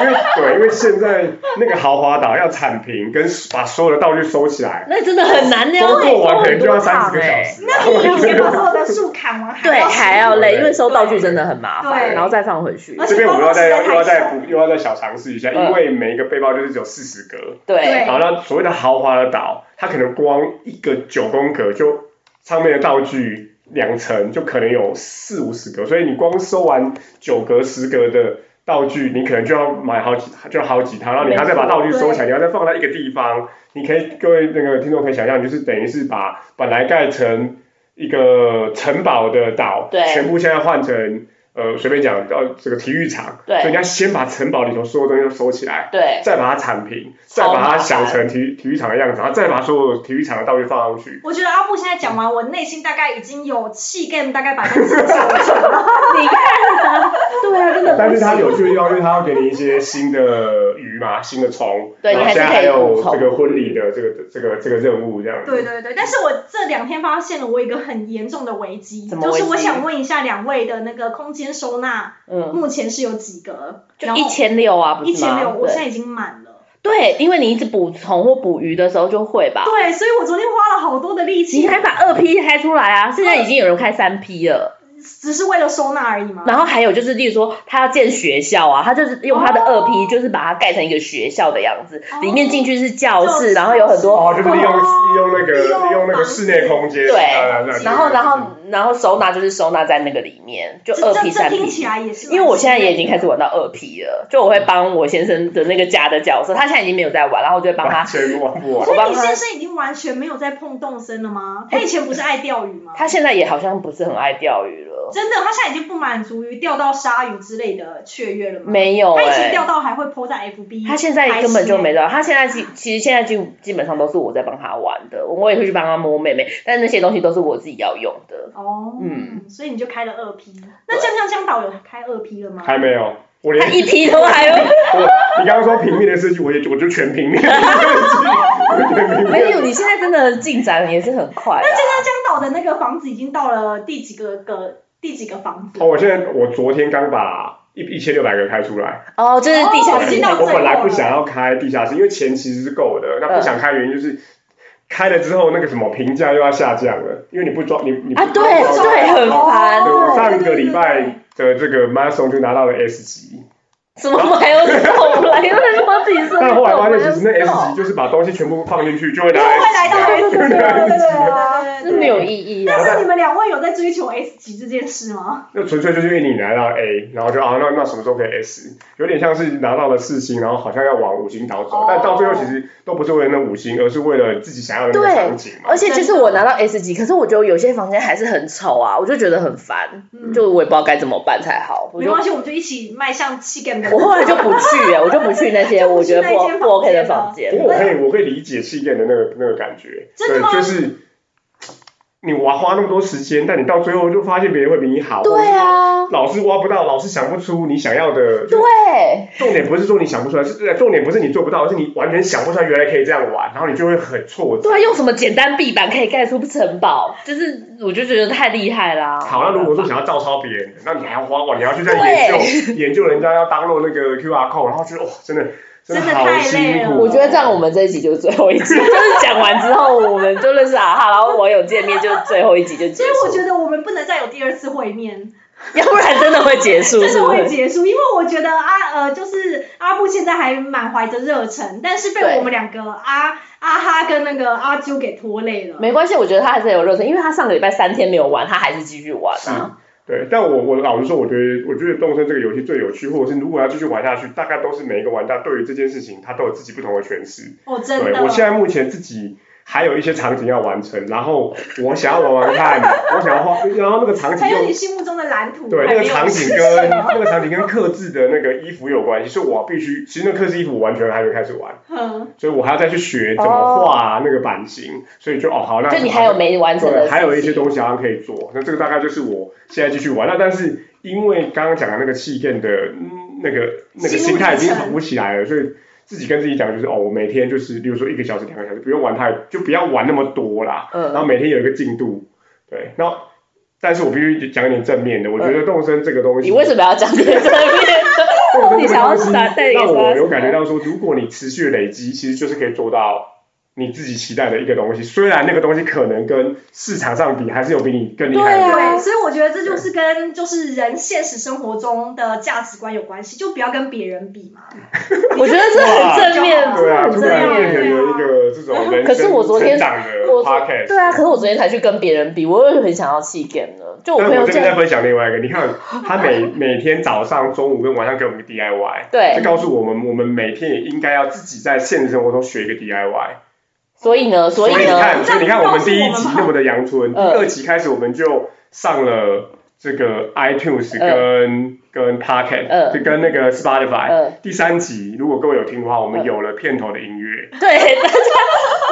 C: 因为对，因为现在那个豪华岛要铲平跟把所有的道具收起来，
A: 那真的很难的
C: 都
A: 要
C: 做完可能就要
A: 做
C: 三
A: 很多
C: 十个小
A: 趟欸
C: 时。啊
B: 那比你以前把所有的树砍完还
A: 对，
B: 要
A: 还要累，因为收道具真的很麻
B: 对
A: 烦，然后再放回去
B: 而。且
C: (laughs) 这边我们要
A: (laughs)
C: 再又要再补又要再小尝试一下，
A: 嗯
C: 因为每一个背包就是只有四十格，
A: 对
B: 对
C: 好，那所谓的豪华的岛，它可能光一个九宫格就上面的道具两层就可能有四五十格，所以你光收完九格十格的道具，你可能就要买好几就好几套，然后你还要再把道具收起来，你要再放在一个地方。你可以各位那个听众可以想象，你就是等于是把本来盖成一个城堡的岛，
A: 对
C: 全部现在换成呃，随便讲，呃，这个体育场，
A: 对
C: 所以你要先把城堡里头所有东西都收起来，
A: 对，
C: 再把它铲平，再
A: 超
C: 把
A: 麻
C: 它
A: 烦
C: 想成体育体育场的样子，然后再把所有体育场的道具放上去。
B: 我觉得阿布现在讲完，我内心大概已经有气 game 大概百分之九十。
A: 你看，对啊，真的不
C: 但是它
A: 行
C: 有趣的地方就是它会给你一些新的鱼嘛，新的虫，
A: 对
C: 然
A: 你
C: 后
A: 还
C: 现
A: 是
C: 在还
A: 可以
C: 有
A: 补充
C: 这个婚礼的这个这个这个任务这样子。
B: (laughs) 对对对，但是我这两天发现了我有一个很严重的危机，
A: 怎么危
B: 就
A: 机
B: 是我想问一下两位的那个空间收纳
A: 嗯，
B: 目前是有几个？
A: 就
B: 然后
A: 一千六啊，不
B: 一
A: 是
B: 千
A: 吗？
B: 六，我
A: 对
B: 现在已经满了。
A: 对，因为你一直捕虫或捕鱼的时候就会吧。
B: 对，所以我昨天花了好多的力
A: 你
B: 气，
A: 还把二 P 开出来啊！现在已经有人开三 P 了，
B: 只是为了收纳而已嘛。
A: 然后还有就是，例如说他要建学校啊，他就是用他的二 P，就是把它盖成一个学校的样子
B: 哦，
A: 里面进去是教
B: 教
A: 室，
B: 室
A: 然后有很多
C: 哦，就是利用利用那
B: 利用
C: 个利用那
B: 房
C: 个
B: 子
C: 室内空间，
A: 对
C: 呃那
A: 然后，然后，然后收纳就是收纳在那个里面，就
B: 这
A: 二 P、
B: 这这
A: 三
B: 听起
A: P。
B: 来也是蛮
A: 因为我现在也已经开始
B: 心
A: 玩到二 P 了，就我会帮我先生的那个家的角色，他现在已经没有在玩，然后我就会帮
C: 完
A: 他。
C: 全玩不完。
B: 累的。
A: 我
B: 所以
A: 帮
B: 你
A: 他哎
B: 先生已经完全没有在碰动森了吗？他以前不是爱钓鱼吗？
A: 他现在也好像不是很爱钓鱼了，
B: 真的，他现在已经不满足于钓到鲨鱼之类的雀跃了吗？
A: 没有
B: 他以
A: 哎、
B: 前钓到还会 PO 在 FB，
A: 他现在根本就没。到，他现在基其实现在基基本上都是我在帮他玩的，我也会去帮他摸妹妹，但那些东西都是我自己要用的。
B: 哦，
A: 嗯
B: 嗯，所以你就开了二 P。那江江江导有开二 P 了吗？
C: 还没有，我
A: 他
C: 连
A: 一批都还有，
C: 我你刚刚说平面的事情，我也我就全平面的事情，我全平
A: (laughs) 没
C: 面。
A: 有，你现在真的进展也是很快啊
B: 那江
A: 的。
B: 江江导的那个房子已经到了第几个个第几个房子？
C: 哦，我现在我昨天刚把一一千六百个开出来，
A: 哦，就是地 (laughs) 下
B: 哦
A: 室
B: 知道
A: 那
C: 我
A: 个，
C: 本来不想要开地下室，因为钱其实是够的，那不想开原因就是。开了之后，那个什么评价又要下降了，因为你不装你你不
A: 啊对对很烦
C: 对我上个
B: 哦对对对
C: 礼拜的这个 m a s o n 就拿到了 S 级，
A: 什么没有送来，因为什么自己生
C: 但后来发现其实那 S 级
A: 是
C: 就是把东西全部放进去就会拿
B: 就会来
C: S
B: 到
C: 级啊。
B: S 级，对对对对对对
A: 没有意义啊
B: 但。是你们两位有在追求 S 级这件事吗？
C: 那纯粹就是因为你拿到 A，然后就啊，那那什么时候可以 S？有点像是拿到了四星，然后好像要往五星岛走，
B: 哦
C: 但到最后其实都不是为了那五星，而是为了自己想要的那个
A: 对
C: 场景嘛
A: 而。且就是我拿到 S 级，可是我觉得有些房间还是很丑啊，我就觉得很烦，
B: 嗯
A: 就我也不知道该怎么办才好。我
B: 没
A: 就
B: 关系，我们就一起迈向气 game 的。
A: 我后来就不去欸了，我就不去那些
B: 就不
A: 我
B: 去
A: 觉得不
B: 那一间
A: 不 OK 的
B: 房
A: 房
B: 间
A: 间
C: 不。过我可以，我可以理解气垫的那个那个感觉，
B: 真的吗
C: 对，就是你挖花那么多时间，但你到最后就发现别人会比你好，
A: 对，啊，
C: 老是挖不到，老是想不出你想要的。就
A: 对，
C: 重点不是说你想不出来，是重点不是你做不到，而是你完全想不出来原来可以这样玩，然后你就会很挫折。
A: 对啊，用什么简单壁板可以盖出城堡？就是我就觉得太厉害啦。
B: 啊
C: 好，那如果说想要照抄别人的，那你还要花哇，你要去再研究研究人家要当落那个 QR code，然后觉得哇，真的
B: 真的
C: 的好
B: 太累
C: 辛
B: 了
C: 苦。
A: 我觉得这样，我们这一集就是最后一集， (laughs) 就是讲完之后我们就认识啊哈，然后网友见面就最后一集就结
B: 所以
A: 束，
B: 我觉得我们不能再有第二次会面，
A: 要不然真的会结束，
B: 真
A: 是
B: 的
A: 不
B: 会
A: 是？
B: 结束，因为我觉得阿呃就是阿布现在还满怀着热忱，但是被
A: 对
B: 我们两个阿阿哈跟那个阿啾给拖累了。
A: 没关系，我觉得他还是很有热忱，因为他上个礼拜三天没有玩，他还是继续玩
C: 是
A: 啊。
C: 对，但我我老实说，我觉得我觉得动森这个游戏最有趣，或者是如果要继续玩下去，大概都是每一个玩家对于这件事情，他都有自己不同的诠释。
B: 哦，真
C: 对
B: 的。
C: 我现在目前自己。还有一些场景要完成，然后我想要玩玩看，我想要画，然后那个场景
B: 还有
C: 又
B: 你心目中的蓝图，
C: 对，
B: 还
C: 那个
B: 没有
C: 场景跟
B: (laughs)
C: 那个场景跟克制的那个衣服有关系，所以我必须，其实那克制衣服我完全还没开始玩，
B: 嗯，
C: 所以我还要再去学怎么
B: 哦
C: 画那个版型，所以就哦好，那
A: 就你还有没完成的事
C: 对，
A: 情，
C: 还有一些东西好像可以做，那这个大概就是我现在继续玩，那但是因为刚刚讲的那个气垫的、嗯、那个那个心态已经浮起来了，所以。自己跟自己讲就是哦，我每天就是，比如说一个小时、两个小时，不用玩太，就不要玩那么多啦。然
A: 嗯，
C: 后每天有一个进度，对，然后但是我必须讲一点正面的，我觉得动身这个东西，
A: 嗯你为什么要讲
C: (laughs)
A: 这个正面
C: 动
A: 的？
C: 身
A: 你
C: 这个
A: 想要
C: 东西
A: 打带给
C: 让
A: 大
C: 我
A: 家
C: 有感觉到说，如果你持续累积，其实就是可以做到你自己期待的一个东西，虽然那个东西可能跟市场上比还是有比你更厉害的
A: 对
C: 人，
A: 啊
B: 对，所以我觉得这就是跟就是人现实生活中的价值观有关系，就不要跟别人比嘛。
A: 我觉得这很正面，
C: 对啊，突
A: 这欸很
C: 然
A: 正
C: 变成
A: 面。
C: 有一个这种人
A: 可是我昨
C: 生
A: 天
C: 成长的
A: 我昨
C: podcast，
A: 对啊，可是我昨天才去跟别人比，我又很想要气 game 了。就我
C: 但
A: 朋
C: 我
A: 友
C: 这边再
A: 在，
C: 分享另外一个，你看他每每天早上、中午跟晚上给我们一个 DIY，
A: 对
C: 就告诉我们我们每天也应该要自己在现实生活中学一个 DIY。
A: 所以呢，所以
C: 你看，
A: 呢，
C: 所以你看，
B: 这样
C: 我们第一
B: 告诉
C: 集
A: 呃
B: 我们吧
C: 那么的阳春，第
A: 嗯
C: 二集开始我们就上了这个 iTunes
A: 呃
C: 跟、跟 Pocket，、
A: 嗯
C: 就跟那个 Spotify、
A: 嗯
C: 第三集，如果各位有听的话，我们
A: 嗯
C: 有了片头的音乐。
A: 对， (laughs) 大家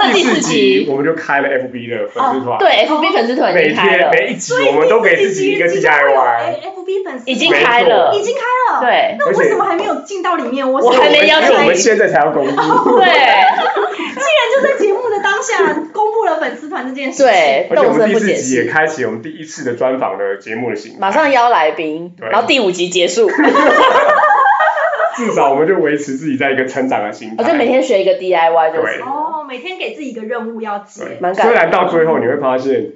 A: 那第
C: 四
A: 四
C: 集
A: 集，哦
C: 我们就开了 FB 的粉丝团，
A: 对 FB 粉丝团已
C: (laughs) 每
A: 经开
C: 天
A: 了，
C: 每一集
B: 所以
C: 我们都给
B: 第
C: 自
B: 四
C: 己一个
B: 集
A: 哎
C: DIY。
B: 就会有 FB 哎粉丝
A: 已经
C: 没
A: 开
C: 错
A: 了，
B: 已经开了，
A: 对
B: 那
C: 而且
B: 为什么还没有进到里面？我
A: 我还没邀
C: 因
A: 请
C: 为我
A: 你
C: 们现在才要公布，
A: (laughs) 对。
B: 竟然就在节目的当下公布了粉丝团这件事情。
A: 对
C: (laughs) 而且我们第
A: 动身不
C: 四
A: 解
C: 集也
A: 释
C: 开启我们第一次的专访的节目的形态，
A: 马上邀来宾，
C: 对
A: 然后第五集结
C: (laughs)
A: 束，我
C: 至少我们就维持自己在一个成长的心态。
A: 就每天学一个 DIY 就是
C: 对，
B: 哦，每天给自己一个任务要
C: 对
B: 接。
A: 蛮感
C: 虽然到最后你会发现，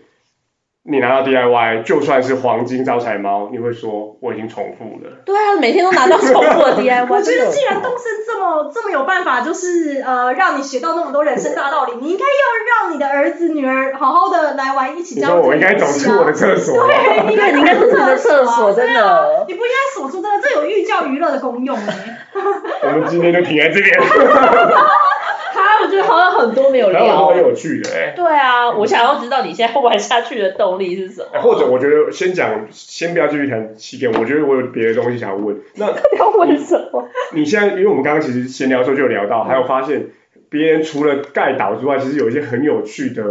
C: 你拿到 DIY 就算是黄金招财猫，你会说我已经重复了。
A: 对啊，每天都拿到重复 (laughs) 的 DIY，
B: 我觉
A: 这
B: 得
A: 个
B: 既然东升这么这么有办法，就是呃让你学到那么多人生大道理，你应该要让你的儿子女儿好好的来玩，一起
C: 你
B: 教
C: 说我应该走
B: 出
C: 出我的厕所啊吗，
B: 对，你
A: 对，你应该是这
B: 走出
A: 个厕所，真的。
B: 啊你不应该锁住真的，这有寓教于乐的功
C: (laughs)
B: 用哎。
C: 我们今天就停在这边。
A: 他我觉得好像很多没
C: (laughs)
A: 有
C: 然后
A: 聊哦
C: 很。有趣的哎、
A: 对啊，我想要知道你现在玩下去的动力是什么。
C: 哎或者我觉得先讲，先不要继续谈期间，我觉得我有别的东西想要问。那
A: (laughs) 要问什么？
C: 你现在，因为我们刚刚其实闲聊的时候就有聊到，还有发现别人除了盖岛之外，其实有一些很有趣的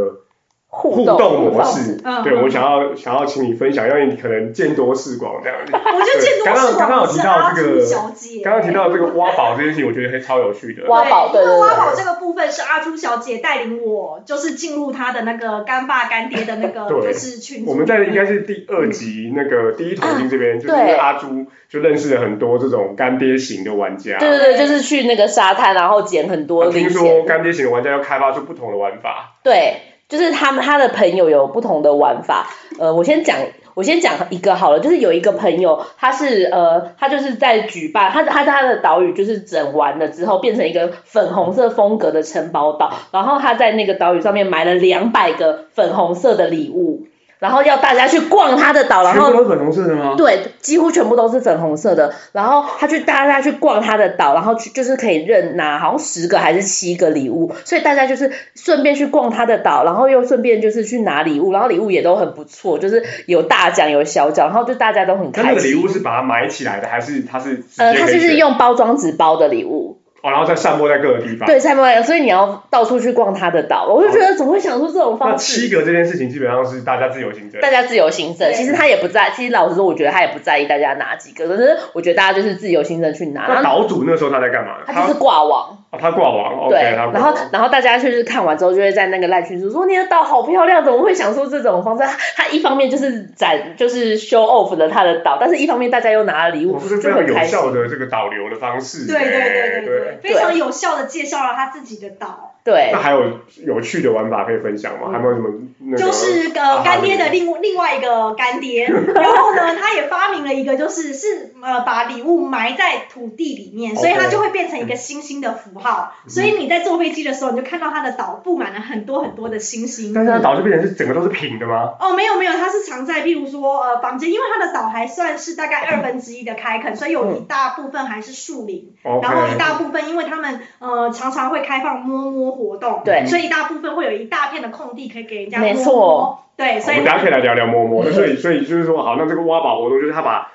A: 互
C: 互
A: 动
C: 动模，式。
B: 嗯
C: 对，我想要想要请你分享，让你可能见多识广这样子。
B: 我觉得见多识
C: 刚刚刚
B: 广
C: 好
B: 是
C: 提到
B: 阿
C: 这个
B: 朱小姐。
C: 刚刚提到这个挖宝这件事情，我觉得还超有趣的。
A: 挖宝
B: 对，
A: 对
B: 因
A: 对
B: 为
A: 对
B: 挖宝这个部分是阿朱小姐带领我，就是进入她的那个干爸干爹的那个
C: 对
B: 就是群组。
C: 我们在应该是第二集那个第一桶金这边，就是因
A: 嗯啊对
C: 为阿朱就认识了很多这种干爹型的玩家。啊
A: 对对对，就是去那个沙滩，然后捡很多零
C: 听
A: 钱
C: 说。干爹型的玩家要开发出不同的玩法，
A: 对，就是他们他的朋友有不同的玩法。呃，我先讲，我先讲一个好了，就是有一个朋友，他是呃，他就是在举办，他他他的岛屿就是整完了之后变成一个粉红色风格的城堡岛，然后他在那个岛屿上面买了两百个粉红色的礼物，然后要大家去逛他的岛，然
C: 全部
A: 后
C: 都是粉红色的吗？
A: 对，几乎全部都是粉红色的。然后他去大家去逛他的岛，然后去就是可以任拿好像十个还是七个礼物，所以大家就是顺便去逛他的岛，然后又顺便就是去拿礼物，然后礼物也都很不错，就是有大奖有小奖，然后就大家都很
C: 他那
A: 开
C: 个礼
A: 心。
C: 物是把它埋起来的，还是它是直
A: 呃，
C: 接
A: 他
C: 可
A: 就
C: 以
A: 是
C: 选？
A: 用包装纸包的礼物，
C: 哦，然后再散播在各个地方。
A: 对，蔡麦，所以你要到处去逛他的岛，我就觉得怎么会想出这种
C: 那
A: 方式？
C: 七个这件事情基本上是大家自由行政。
A: 大家自由行政，
B: 对
A: 其实他也不在，其实老实说，我觉得他也不在意大家拿几个，可是我觉得大家就是自由行政去拿，
C: 那
A: 然后
C: 岛主那时候他在干嘛？
A: 他
C: 他
A: 就是挂网。
C: 哦他挂网
A: 对，
C: ，OK，他
A: 然
C: 挂
A: 后
C: 网。
A: 然后大家就是看完之后，就会在那个赖群组说你的岛好漂亮，怎么会想出这种方式？他他一方面就是展就是 show off 了他的岛，但是一方面大家又拿了礼物
C: 我，是非
A: 就
C: 常
A: 很
C: 有
A: 开心。
C: 效的这个导流的方式。
B: 对对对
C: 哎
B: 对对，非常有效的介绍了他自己的岛，
A: 对
C: 那，还有有趣的玩法可以分享吗？
A: 嗯
C: 还没有什么那个？
B: 就是
C: 啊
B: 呃干爹的另另外一个干爹，然后呢，他也发明了一个，就是是呃把礼物埋在土地里面，所以
C: OK
B: 它就会变成一个星星的符号，所以你在坐飞机的时候，你就看到他的岛布满了很多很多的星星。
C: 但是它岛就变成是整个都是平的吗？
B: 哦，没有没有，它是藏在，譬如说呃房间，因为它的岛还算是大概二分之一的开垦，所以有一大部分还是树林，
C: OK
B: 然后一大部分因为他们呃常常会开放摸摸活动，
A: 对
B: 所以一大部分会有一大片的空地可以给人家摸
A: 没
B: 摸，
A: 错
B: 对，
C: 我
B: 所以
C: 们大家可以来聊聊摸摸。所以所以就是说，好，那这个挖宝活动就是他把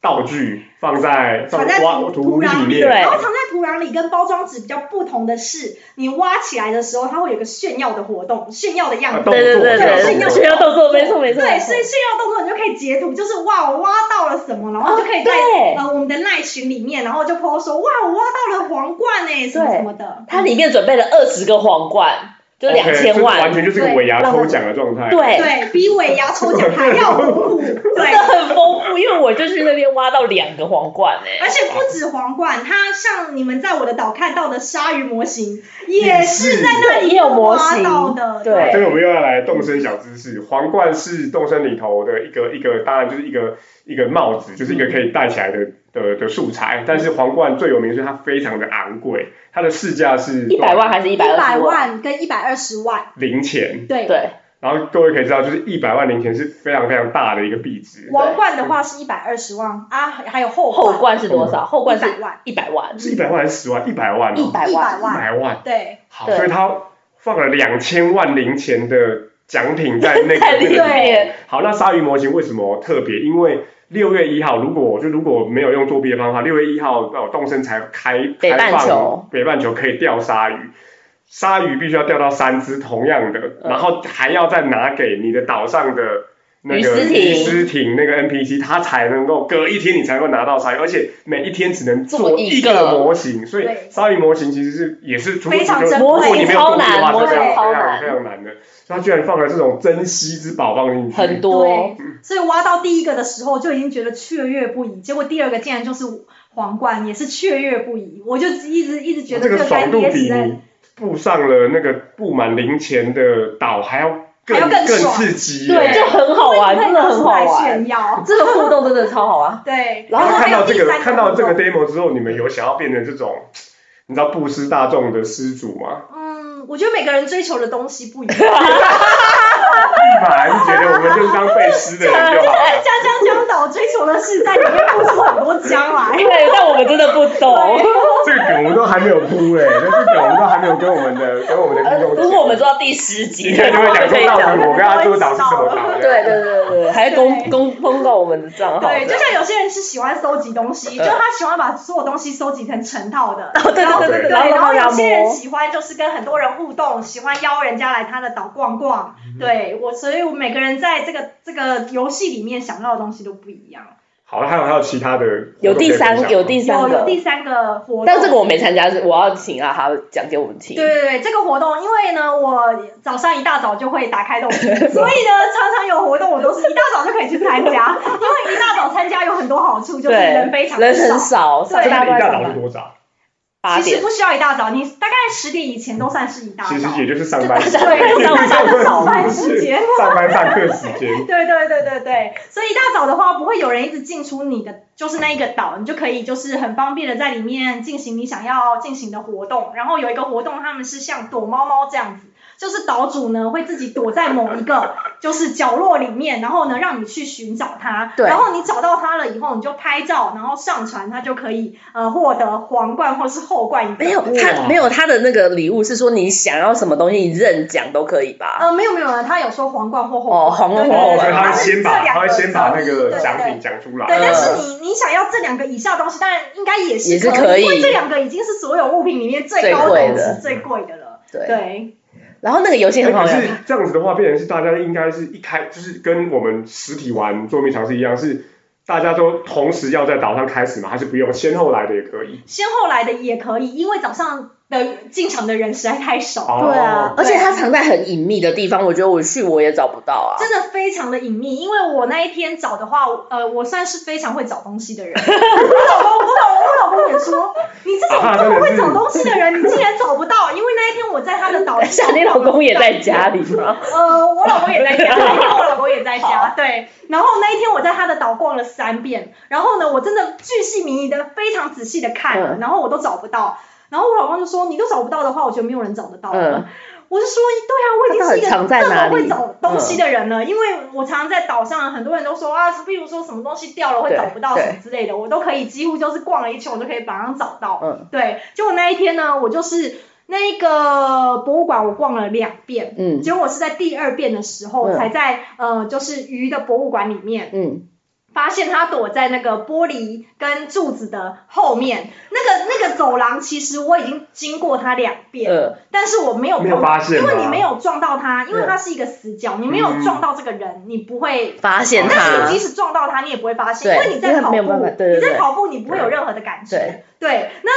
C: 道具放在放
B: 藏在
C: 挖
B: 土
C: 土
B: 土壤
C: 里
B: 里，
A: 对
C: 面，
B: 然后藏在土壤里跟包装纸比较不同的是，你挖起来的时候，它会有一个炫耀的活动，炫耀的样子
C: 啊。动
A: 对对
C: 作
A: 对
B: 对
A: 对，
B: 动作
A: 炫耀动作，没错没错。
B: 对，
A: 没错
B: 所以炫耀动作你就可以截图，就是哇，我挖到了什么，然后就可以在、
A: 对
B: 呃我们的赖群里面，然后就 po 说哇，我挖到了皇冠哎、什么
A: 对
B: 什么的。
A: 它里面准备了二十个皇冠，就
C: OK，
A: 两千
C: 这
A: 万
C: 完，全就是个尾牙抽奖的状态。
A: 对，
B: 对比尾牙抽奖还要丰富，
A: 真
B: 对
A: 的。很丰富。因为我就去那边挖到两个皇冠哎、
B: 而且不止皇冠，它像你们在我的岛看到的鲨鱼模型，也是在那里
A: 也有模型
B: 挖到的。
A: 对
C: 这个我们又要来动身小知识，皇冠是动身里头的一个一个，当然就是一个一个帽子，就是一个可以戴起来的的的素
A: 嗯
C: 材。但是皇冠最有名是它非常的昂贵，它的市价是
A: 一百万还是一
B: 一
A: 百二
B: 百
A: 十？
B: 万跟一百二十万，
C: 零钱。
B: 对。
A: 对，
C: 然后各位可以知道，就是一百万零钱是非常非常大的一个币值，
B: 王冠的话是一百二十万啊，还有后
A: 后
B: 冠
A: 冠是多少？后冠
B: 100
A: 是
B: 万，
A: 一百万，
C: 是一百万还是十万？一百万哦，
A: 一百
B: 一
A: 万。
B: 百
C: 一
B: 万，
C: 百万，
B: 对
C: 好，
A: 对
C: 所以他放了两千万零钱的奖品 (laughs) 在那个
A: 在
C: 那
A: 里
C: 个
B: 对
A: 面。
C: 好，那鲨鱼模型为什么特别？因为六月一号，如果就如果没有用作弊的方法，六月一号那我动身才开
A: 北半球
C: 开放北半球可以钓鲨鱼，鲨鱼必须要钓到三只同样的，
A: 嗯
C: 然后还要再拿给你的岛上的那个
A: 鱼丝艇
C: 鱼丝艇那个 NPC，它才能够隔一天你才能够拿到鲨鱼，而且每一天只能做
A: 做
C: 一
A: 一
C: 个
A: 个
C: 模型，所以
B: 对
C: 鲨鱼模型其实是也是除
B: 非常珍贵
C: 如果你没有动力的话，
A: 超
C: 是
A: 难
C: 非常
B: 对
A: 超
C: 非常
A: 难
C: 非常难的。所以他居然放了这种珍稀之宝放进去，
A: 很多
B: 对，所以挖到第一个的时候就已经觉得雀跃不已，结果第二个竟然就是皇冠，也是雀跃不已，我就一直一直觉
C: 哦
B: 得
C: 这个
B: 该
C: 爽度
B: 憋
C: 比
B: 死在。
C: 你布上了那个布满零钱的岛还要更
B: 还要更爽
C: 刺激耶，
A: 对，就很好玩，
B: 因为
A: 真
B: 你
A: 的
B: 可以
A: 很
B: 出
A: 好
B: 来
A: 玩，
B: 炫耀，
A: 这个互动真的超好 (laughs) 玩。
B: 对。
A: 然后
C: 那看
B: 还
C: 到
B: 有
C: 这
B: 第
C: 个
B: 三
C: 看到这个
B: 活动
C: demo 之后，你们有想要变成这种你知道布施大众的施主吗？
B: 嗯，我觉得每个人追求的东西不一样。
C: 立马还是觉得我们就是当被施的人 (laughs) 就好
A: (laughs)
C: 了。
B: 家江江岛追求的是在里面付出很多
C: (laughs)
B: 将来。
A: 对，但我们真的不懂。
C: 这个梗我们都还没有铺哎、这个梗我们都还没有跟我们的跟我们的
A: 呃
C: 听众讲。
A: 如果我们做到第十集，
C: 应该就会讲说，到
A: 对
C: 底我跟阿朱岛是什么岛？
A: 对对 (laughs) 对对，还公公公告我们的账号。
B: 对，就像有些人是喜欢收集东西，
A: 嗯
B: 就他喜欢把所有东西收集成成套的。
A: 哦，对对对对
C: 对
A: 对，然后
B: 然后有些人
A: 摸。
B: 喜欢就是跟很多人互动，喜欢邀人家来他的岛逛逛。
C: 嗯
B: 对我，所以我每个人在这个这个游戏里面想到的东西都不一样。
C: 好，还有还有其他的活动可以
A: 有第
C: 分
A: 三
C: 享
A: 有第
B: 有
A: 三
B: 有
A: 个，
B: 第三个活动，
A: 但这个我没参加，是我要请阿哈讲给我们听。
B: 对对对，这个活动，因为呢，我早上一大早就会打开豆
A: (laughs)
B: 皮，所以呢，常常有活动，我都是一大早就可以去
A: (laughs)
B: 参加，因为一大早参加有很多好处，就是
A: 对
B: 人非常
A: 人
B: 少
A: 很。少，
B: 对
A: 大家都
C: 一
A: 在
C: 大
A: 上
C: 岛是
A: 班。
C: 多少？
A: 八
B: 其实
A: 点，
B: 不需要一大早，你大概十点以前都算是一大早。
C: 其实也就是上班时间，
B: 对，
A: 上班
B: 上班
C: 上
B: 上
C: 班
B: 班
C: 时
B: 时
C: 间，
B: 间。
C: 上班上课时间。
B: (laughs) 对对对对对，所以一大早的话，不会有人一直进出你的，就是那一个岛，你就可以就是很方便的在里面进行你想要进行的活动。然后有一个活动，他们是像躲猫猫这样子，就是岛主呢会自己躲在某
A: (laughs)
B: 一个就是角落里面，然后呢让你去寻找它。
A: 对
B: 然后你找到它了以后，你就拍照，然后上传，它就可以呃获得皇冠或是后冠一个。
A: 没有他没有他的那个礼物是说你想要什么东西你任讲都可以吧？
B: 呃，没有没有，他有说皇冠或后
A: 哦
B: 冠。
A: 皇冠
B: 对对
A: 或后
C: 哦，
B: 对
C: 所以
A: 冠
C: 他会
B: 它是
C: 先
B: 这
C: 把
B: 两
C: 他会先把那
B: 对
C: 个
B: 对
C: 奖
B: 对
C: 品讲出来。
B: 对，但
A: 嗯
B: 是你你想要这两个以下的东西，当然应该也是
A: 也是
B: 可
A: 可以
B: 因为这两个已经是所有物品里面最
A: 最
B: 高等
A: 贵的
B: 值、最贵的了。
A: 对，
B: 对，
A: 然后那个游戏
C: 哎
A: 很好
C: 可
A: 玩
C: 是，这样子的话，变成是大家应该是一开就是跟我们实体玩捉迷藏是一样，是大家都同时要在岛上开始吗？还是不用先后来的也可以？
B: 先后来的也可以，因为早上的进场的人实在太少，
C: 哦
A: 对啊，
B: 对
A: 而且它藏在很隐秘的地方，我觉得我去我也找不到啊。
B: 真的非常的隐秘。因为我那一天找的话，呃，我算是非常会找东西的人。 (laughs) 我老公，我老我老公也说，你这种
C: 啊
B: 这
C: 真的
B: 么
C: 是
B: 会找东西的人，你竟然找不到，因为那一天我在他的
A: (laughs)
B: 岛
A: 等一
B: 上
A: 下你老公也在家里 (laughs) 吗？
B: 呃，我老公也
A: (laughs)
B: 在家，那一天我老公也在家，对。然后那一天我在他的岛逛了三遍，然后呢，我真的巨细靡遗的、非常仔细的看了，
A: 嗯
B: 然后我都找不到。然后我老公就说：“你都找不到的话，我觉得没有人找得到。”
A: 嗯，
B: 我就说：“对啊，我已经是一
A: 他到底藏
B: 个
A: 在
B: 这
A: 哪
B: 么
A: 里嗯
B: 会找东西的人了，因为我常常在岛上，很多人都说啊，比如说什么东西掉了会找不到
A: 对
B: 什么之类的，我都可以几乎就是逛了一圈，我就可以马上找到。
A: 嗯
B: 对，结果那一天呢，我就是那个博物馆，我逛了两遍。
A: 嗯
B: 结果我是在第二遍的时候，
A: 嗯
B: 才在呃，就是鱼的博物馆里面
A: 嗯，
B: 发现它躲在那个玻璃跟柱子的后面。那个那个走廊，其实我已经经过它两遍，
A: 呃，
B: 但是我没有
C: 嗯没有
B: 碰
C: 发现
B: 因
C: 吗
B: 为你没有撞到它，因为
A: 嗯
B: 它是一个死角，你没有
C: 嗯
B: 撞到这个人，你不会。
A: 发现
B: 但是
A: 它
B: 你即，使撞到它，你也不会发现，
A: 啊对
B: 因为你在跑
A: 因为它没
B: 步，
A: 有办法对对
B: 你在
A: 对
B: 跑步，你不会有任何的感觉。
A: 对
B: 对，那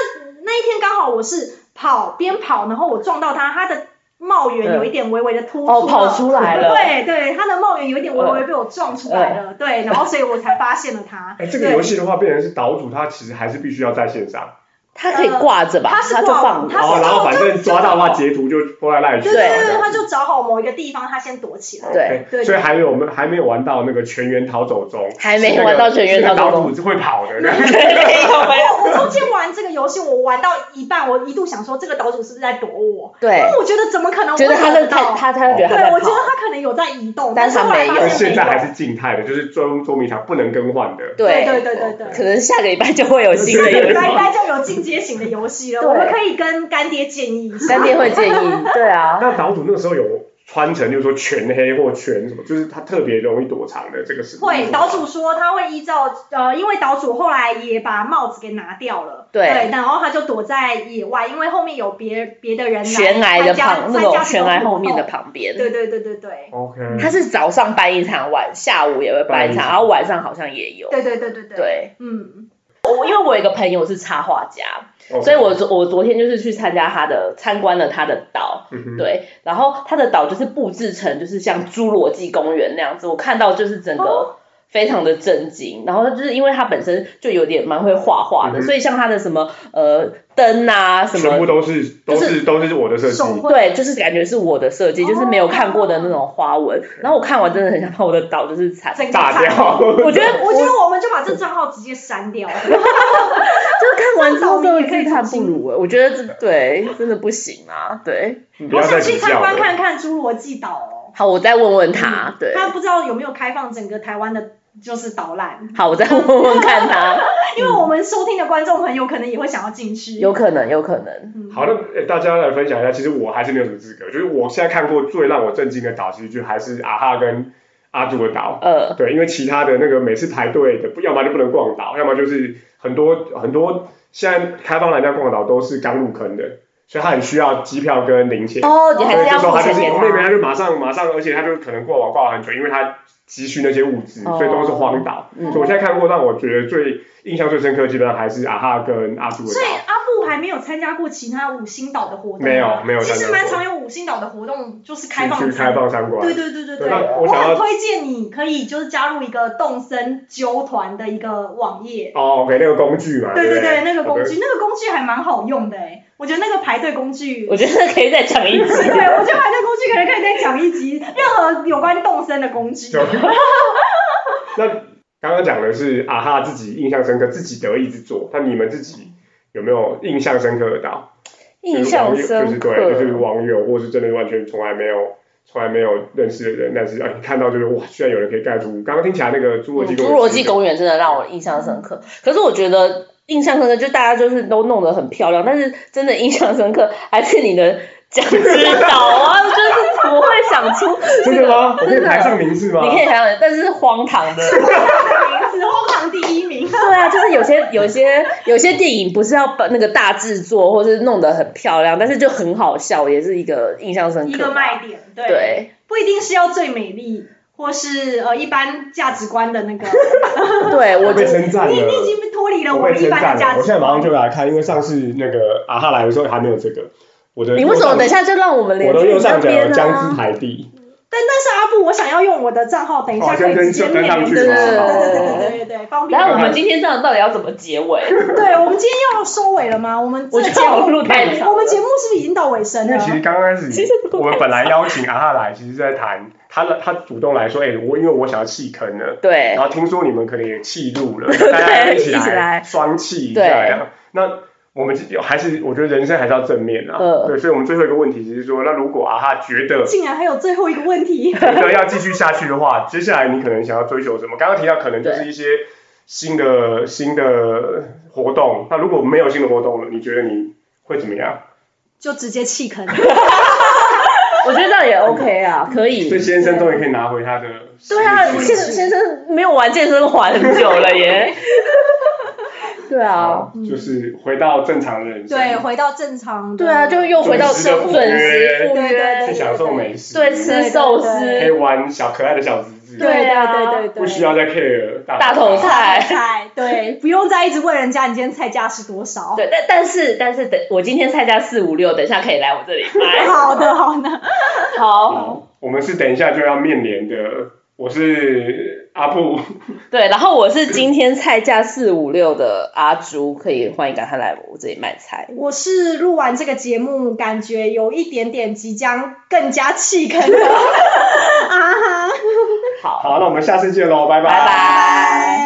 B: 那一天刚好我是跑边跑，然后我撞到它，它的帽
A: 嗯
B: 缘有一点微微的突出了、
A: 哦，跑出来了，
B: (laughs)
A: 呃
B: 对对，它的帽檐有一点微微被我撞出来了，对，然后所以我才发现了它。
C: 哎，这个游戏的话，变成是岛主他其实还是必须要在线上，
A: 它可以挂着吧？
B: 呃它是
A: 它就
B: 挂
A: 放着
B: 它是
C: 哦，然后反正抓到的话
B: 就
C: 截图就拖在那里去。
B: 对对对
C: 这
B: 对，
C: 样
B: 他就找好某一个地方，他先躲起来。
A: 对
C: OK，
B: 对
C: 所以还有我们还没有玩到那个全员逃走中，
A: 还没玩到全员逃走中
C: 是那个岛主是会跑的，
A: (laughs) (laughs) 没有没有，
B: 哦我我中间玩这个游戏，我玩到一半，我一度想说这个岛主是不是在躲我？因
A: 对，
B: 为我觉得怎么可能我
A: 觉得他
B: 找
A: 在
B: 不到
A: 他？他他觉得
B: 对
A: 他在，
B: 我觉得
A: 跑，
B: 他可能有在移动，
A: 但
B: 但
A: 是
B: 是
A: 他
B: 后来
A: 没有
B: 发
C: 但
B: 现
C: 现在
B: 没有
C: 还是静态的，就是捉捉迷藏不能更换的。
B: 对对对对对
A: 可能下个礼拜就会有新的游 (laughs) 戏，
B: 大家就有进阶型的游戏了。
A: 对
B: 我们可以跟干爹建议一下，
A: (laughs) 干爹会建议，对啊，
C: 那岛主那时候有穿成就是说全黑或全什么，就是它特别容易躲藏的这个是。
B: 会，
A: 嗯
B: 岛主说他会依照呃，因为岛主后来也把帽子给拿掉了，
A: 对
B: 然后他就躲在野外，因为后面有别别的人来
A: 悬崖的
B: 参加
A: 旁那种悬崖后面的，
B: 参加这个活动
A: 旁边，
B: 对对对对对
C: OK，
A: 他是早上办一场，晚下午也会办一
C: 办一
A: 场，
C: 场
A: 然后晚上好像也有。
B: 对对对对对，
A: 对
B: 嗯，
A: 我因为我有一个朋友是插画家，所以我昨我昨天就是去参加他的参观了他的岛，
B: 嗯
C: 对
A: 对，然后他的岛就是布置成就是像侏罗纪公园那样子，我看到就是整个
B: 哦
A: 非常的震惊。然后就是因为他本身就有点蛮会画画的，
C: 嗯哼
A: 所以像他的什么呃灯啊什
C: 全部
A: 么。
C: 都是都
A: 就是
C: 都是我的设计
B: 手。绘
A: 对，就是感觉是我的设计，
B: 哦
A: 就是没有看过的那种花纹。然后我看完真的很想把我的岛就是踩
B: 整个
C: 炸
B: 炸
C: 掉，
A: 我觉
C: (laughs)
A: 得
B: 我觉得我们就把这账号直接
A: (laughs)
B: 删掉，
A: 就是看完之后
B: 这
A: 真
B: 样子
A: 的
B: 也可以
A: 自叹不如哎，我觉得这对真的不行啊，对。
C: 不
B: 我
C: 要再
B: 想
C: 比
B: 去
C: 较
B: 参观
C: 了。
B: 看看侏罗纪岛哦，
A: 好，我再问问嗯他，对，
B: 他不知道有没有开放整个台湾的，就是导览，
A: 好，我再问问看他，
B: 因为
C: 嗯
B: 我们收听的观众朋友可能也会想要进去，
A: (laughs) 有可能，有可能，
B: 嗯
C: 好，那呃大家来分享一下，其实我还是没有什么资格，就是我现在看过最让我震惊的岛，其实就还是阿哈跟阿杜的岛。
B: (laughs)
A: 呃，
C: 对，因为其他的那个每次排队的，不要么就不能逛岛，要么就是很多很多现在开放来家逛岛都是刚入坑的，所以他很需要机票跟零钱。
A: 哦，你还
C: 所以
A: 是
C: 这
A: 要
C: 时候
A: 付
C: 他就
A: 钱
C: 是
A: 给
C: 那边他
A: 他，
C: 就马上马上，而且他就可能逛网逛很久，因为他急需那些物资，
A: 哦
C: 所以都是荒岛。
A: 嗯
C: 所以我现在看过让我觉得最印象最深刻，基本上还是阿哈跟阿杜的
B: 所以
C: 岛。
B: 阿布还没有参加过其他五星岛的活动吗，
C: 没有没有
B: 其
C: 参加
B: 实
C: 过
B: 蛮常有五星岛的活动，就是开放
C: 去开
B: 餐。
C: 放参观。
B: 对对对对
C: 对
B: 对，
C: 那我
B: 我
C: 想要
B: 很推荐你可以就是加入一个动森揪团的一个网页，
C: 哦，OK，那个工具嘛。
B: 对
C: 对
B: 对
C: 不
B: 对，那个工
C: OK
B: 具，那个工具还蛮好用的哎，我觉得那个排队工具，
A: 我觉得可以再讲一
C: (laughs)
A: 集，
B: 对，我觉得排队工具可能可以再讲一集，任何有关动森的工具。
C: 就 (laughs) 那刚刚讲的是啊哈自己印象深刻，自己得意之作。那你们自己有没有印象深刻的到？
A: 印象
C: 就
A: 深
C: 是网友就是对，就是
A: 刻，
C: 网友，或是真的完全从来没有、从来没有认识的人，但是啊，你看到就是哇，居然有人可以盖出。刚刚听起来那个侏罗纪
A: 嗯
C: 公
A: 侏
C: 园
A: 罗纪公园真的让我印象深刻，可是我觉得印象深刻就大家就是都弄得很漂亮，但是真的印象深刻还是你的讲之岛啊，就是怎么会想出
C: (laughs) 真的吗？我可以
A: 这个真的
C: 排上名次吗
A: 你？可以想想，但是是荒唐的。
B: 名字荒唐第一名。
A: 对啊，就是有些有些有些电影不是要把那个大制作，或是弄得很漂亮，但是就很好笑，也是一个印象深刻
B: 一
A: 吧。
B: 个卖点，对，
A: 对
B: 不一定是要最美丽，或是呃一般价值观的
C: (laughs)
B: 那个，
A: 对，我
C: 我
A: 觉
C: 被
A: 得
C: 称赞了
B: 你你已经脱离了
C: 我
B: 我
C: 被
B: 们一
C: 称
B: 般
C: 赞
B: 的价
C: 了。我
B: 值观。
C: 现在马上就来看，因为上次那个啊哈来的时候还没有这个。我的
A: 你为什么
C: 右
A: 等
C: 上
A: 一下就让我们连
C: 我的右上角
A: 那
C: 有
A: 边
C: 江之
A: 呢？
C: 台地，
B: 但但是阿布，我想要用我的账号，等一下
C: 哦
B: 可以
C: 先
B: 直接
C: 先先
B: 念
C: 上去
B: 对对对
A: 嘛
B: 对对对对，方便
A: 然后我
B: 吗。
A: 们今天这样到底要怎么结 (laughs) 尾？
B: 对，我们今天要收尾了吗？我们
A: 我
B: 这
A: 觉得
B: 个节
A: 哎我
B: 目，哎
A: 录太长了
B: 我们节目是不是已经到尾声
C: 因为
B: 了？
C: 其实刚开始
A: 其实不
C: 我们本来邀请阿哈来，其实是在谈他他主动来说，哎、我因为我想要弃坑了，
A: 对
C: 然，后听说你们可能也弃路
A: (laughs)
C: 了，大家一起
A: 一起来
C: 来双弃一
A: 对
C: 下。然后那我们还是我觉得人生还是要正面啊，
A: 嗯
C: 对，所以我们最后一个问题就是说，那如果阿哈觉
A: (laughs)
C: 得
B: 竟然还有最后一个问题， (laughs)
C: 觉得要继续下去的话，接下来你可能想要追求什么？刚刚提到可能就是一些新的新的活动，那如果没有新的活动了，你觉得你会怎么样？
B: 就直接弃
C: (laughs)
B: 坑。
A: 我觉得这样也 OK 啊，可
C: 所以
A: 以。
C: 先生终于可以拿回他的实力
A: 对啊，
C: 去
A: 先先生没有玩健身环很久了耶。 (laughs) 对啊，
C: 好就是回到正常的人生，
B: 对，回到正常的。
A: 对啊，就又回到
C: 准时的赴
A: 准时
C: 约
A: 赴
B: 对对对
A: 约
C: 去，享受美食，
A: 对，吃寿司
C: 可以，玩小可爱的小侄子，
B: 对
A: 对啊
B: 对对对对，
C: 不需要再 care 大啊
A: 大头菜
B: 菜，对，不用再一直问人家你今天菜价是多少。
A: 对，但但是但是等我今天参加四五六，等一下可以来我这里
B: (laughs)
A: 买。
B: 好的，好的，
A: 好，
C: 好，我们是等一下就要面临的，我是阿布，
A: 对，然后我是今天菜价四五六的阿朱，可以欢迎赶快来我这里卖菜。
B: 我是录完这个节目，感觉有一点点即将更加气坑 (laughs) 了。啊哈，
A: 好，
C: 好，那我们下次见喽，拜
A: 拜
B: 拜
A: 拜。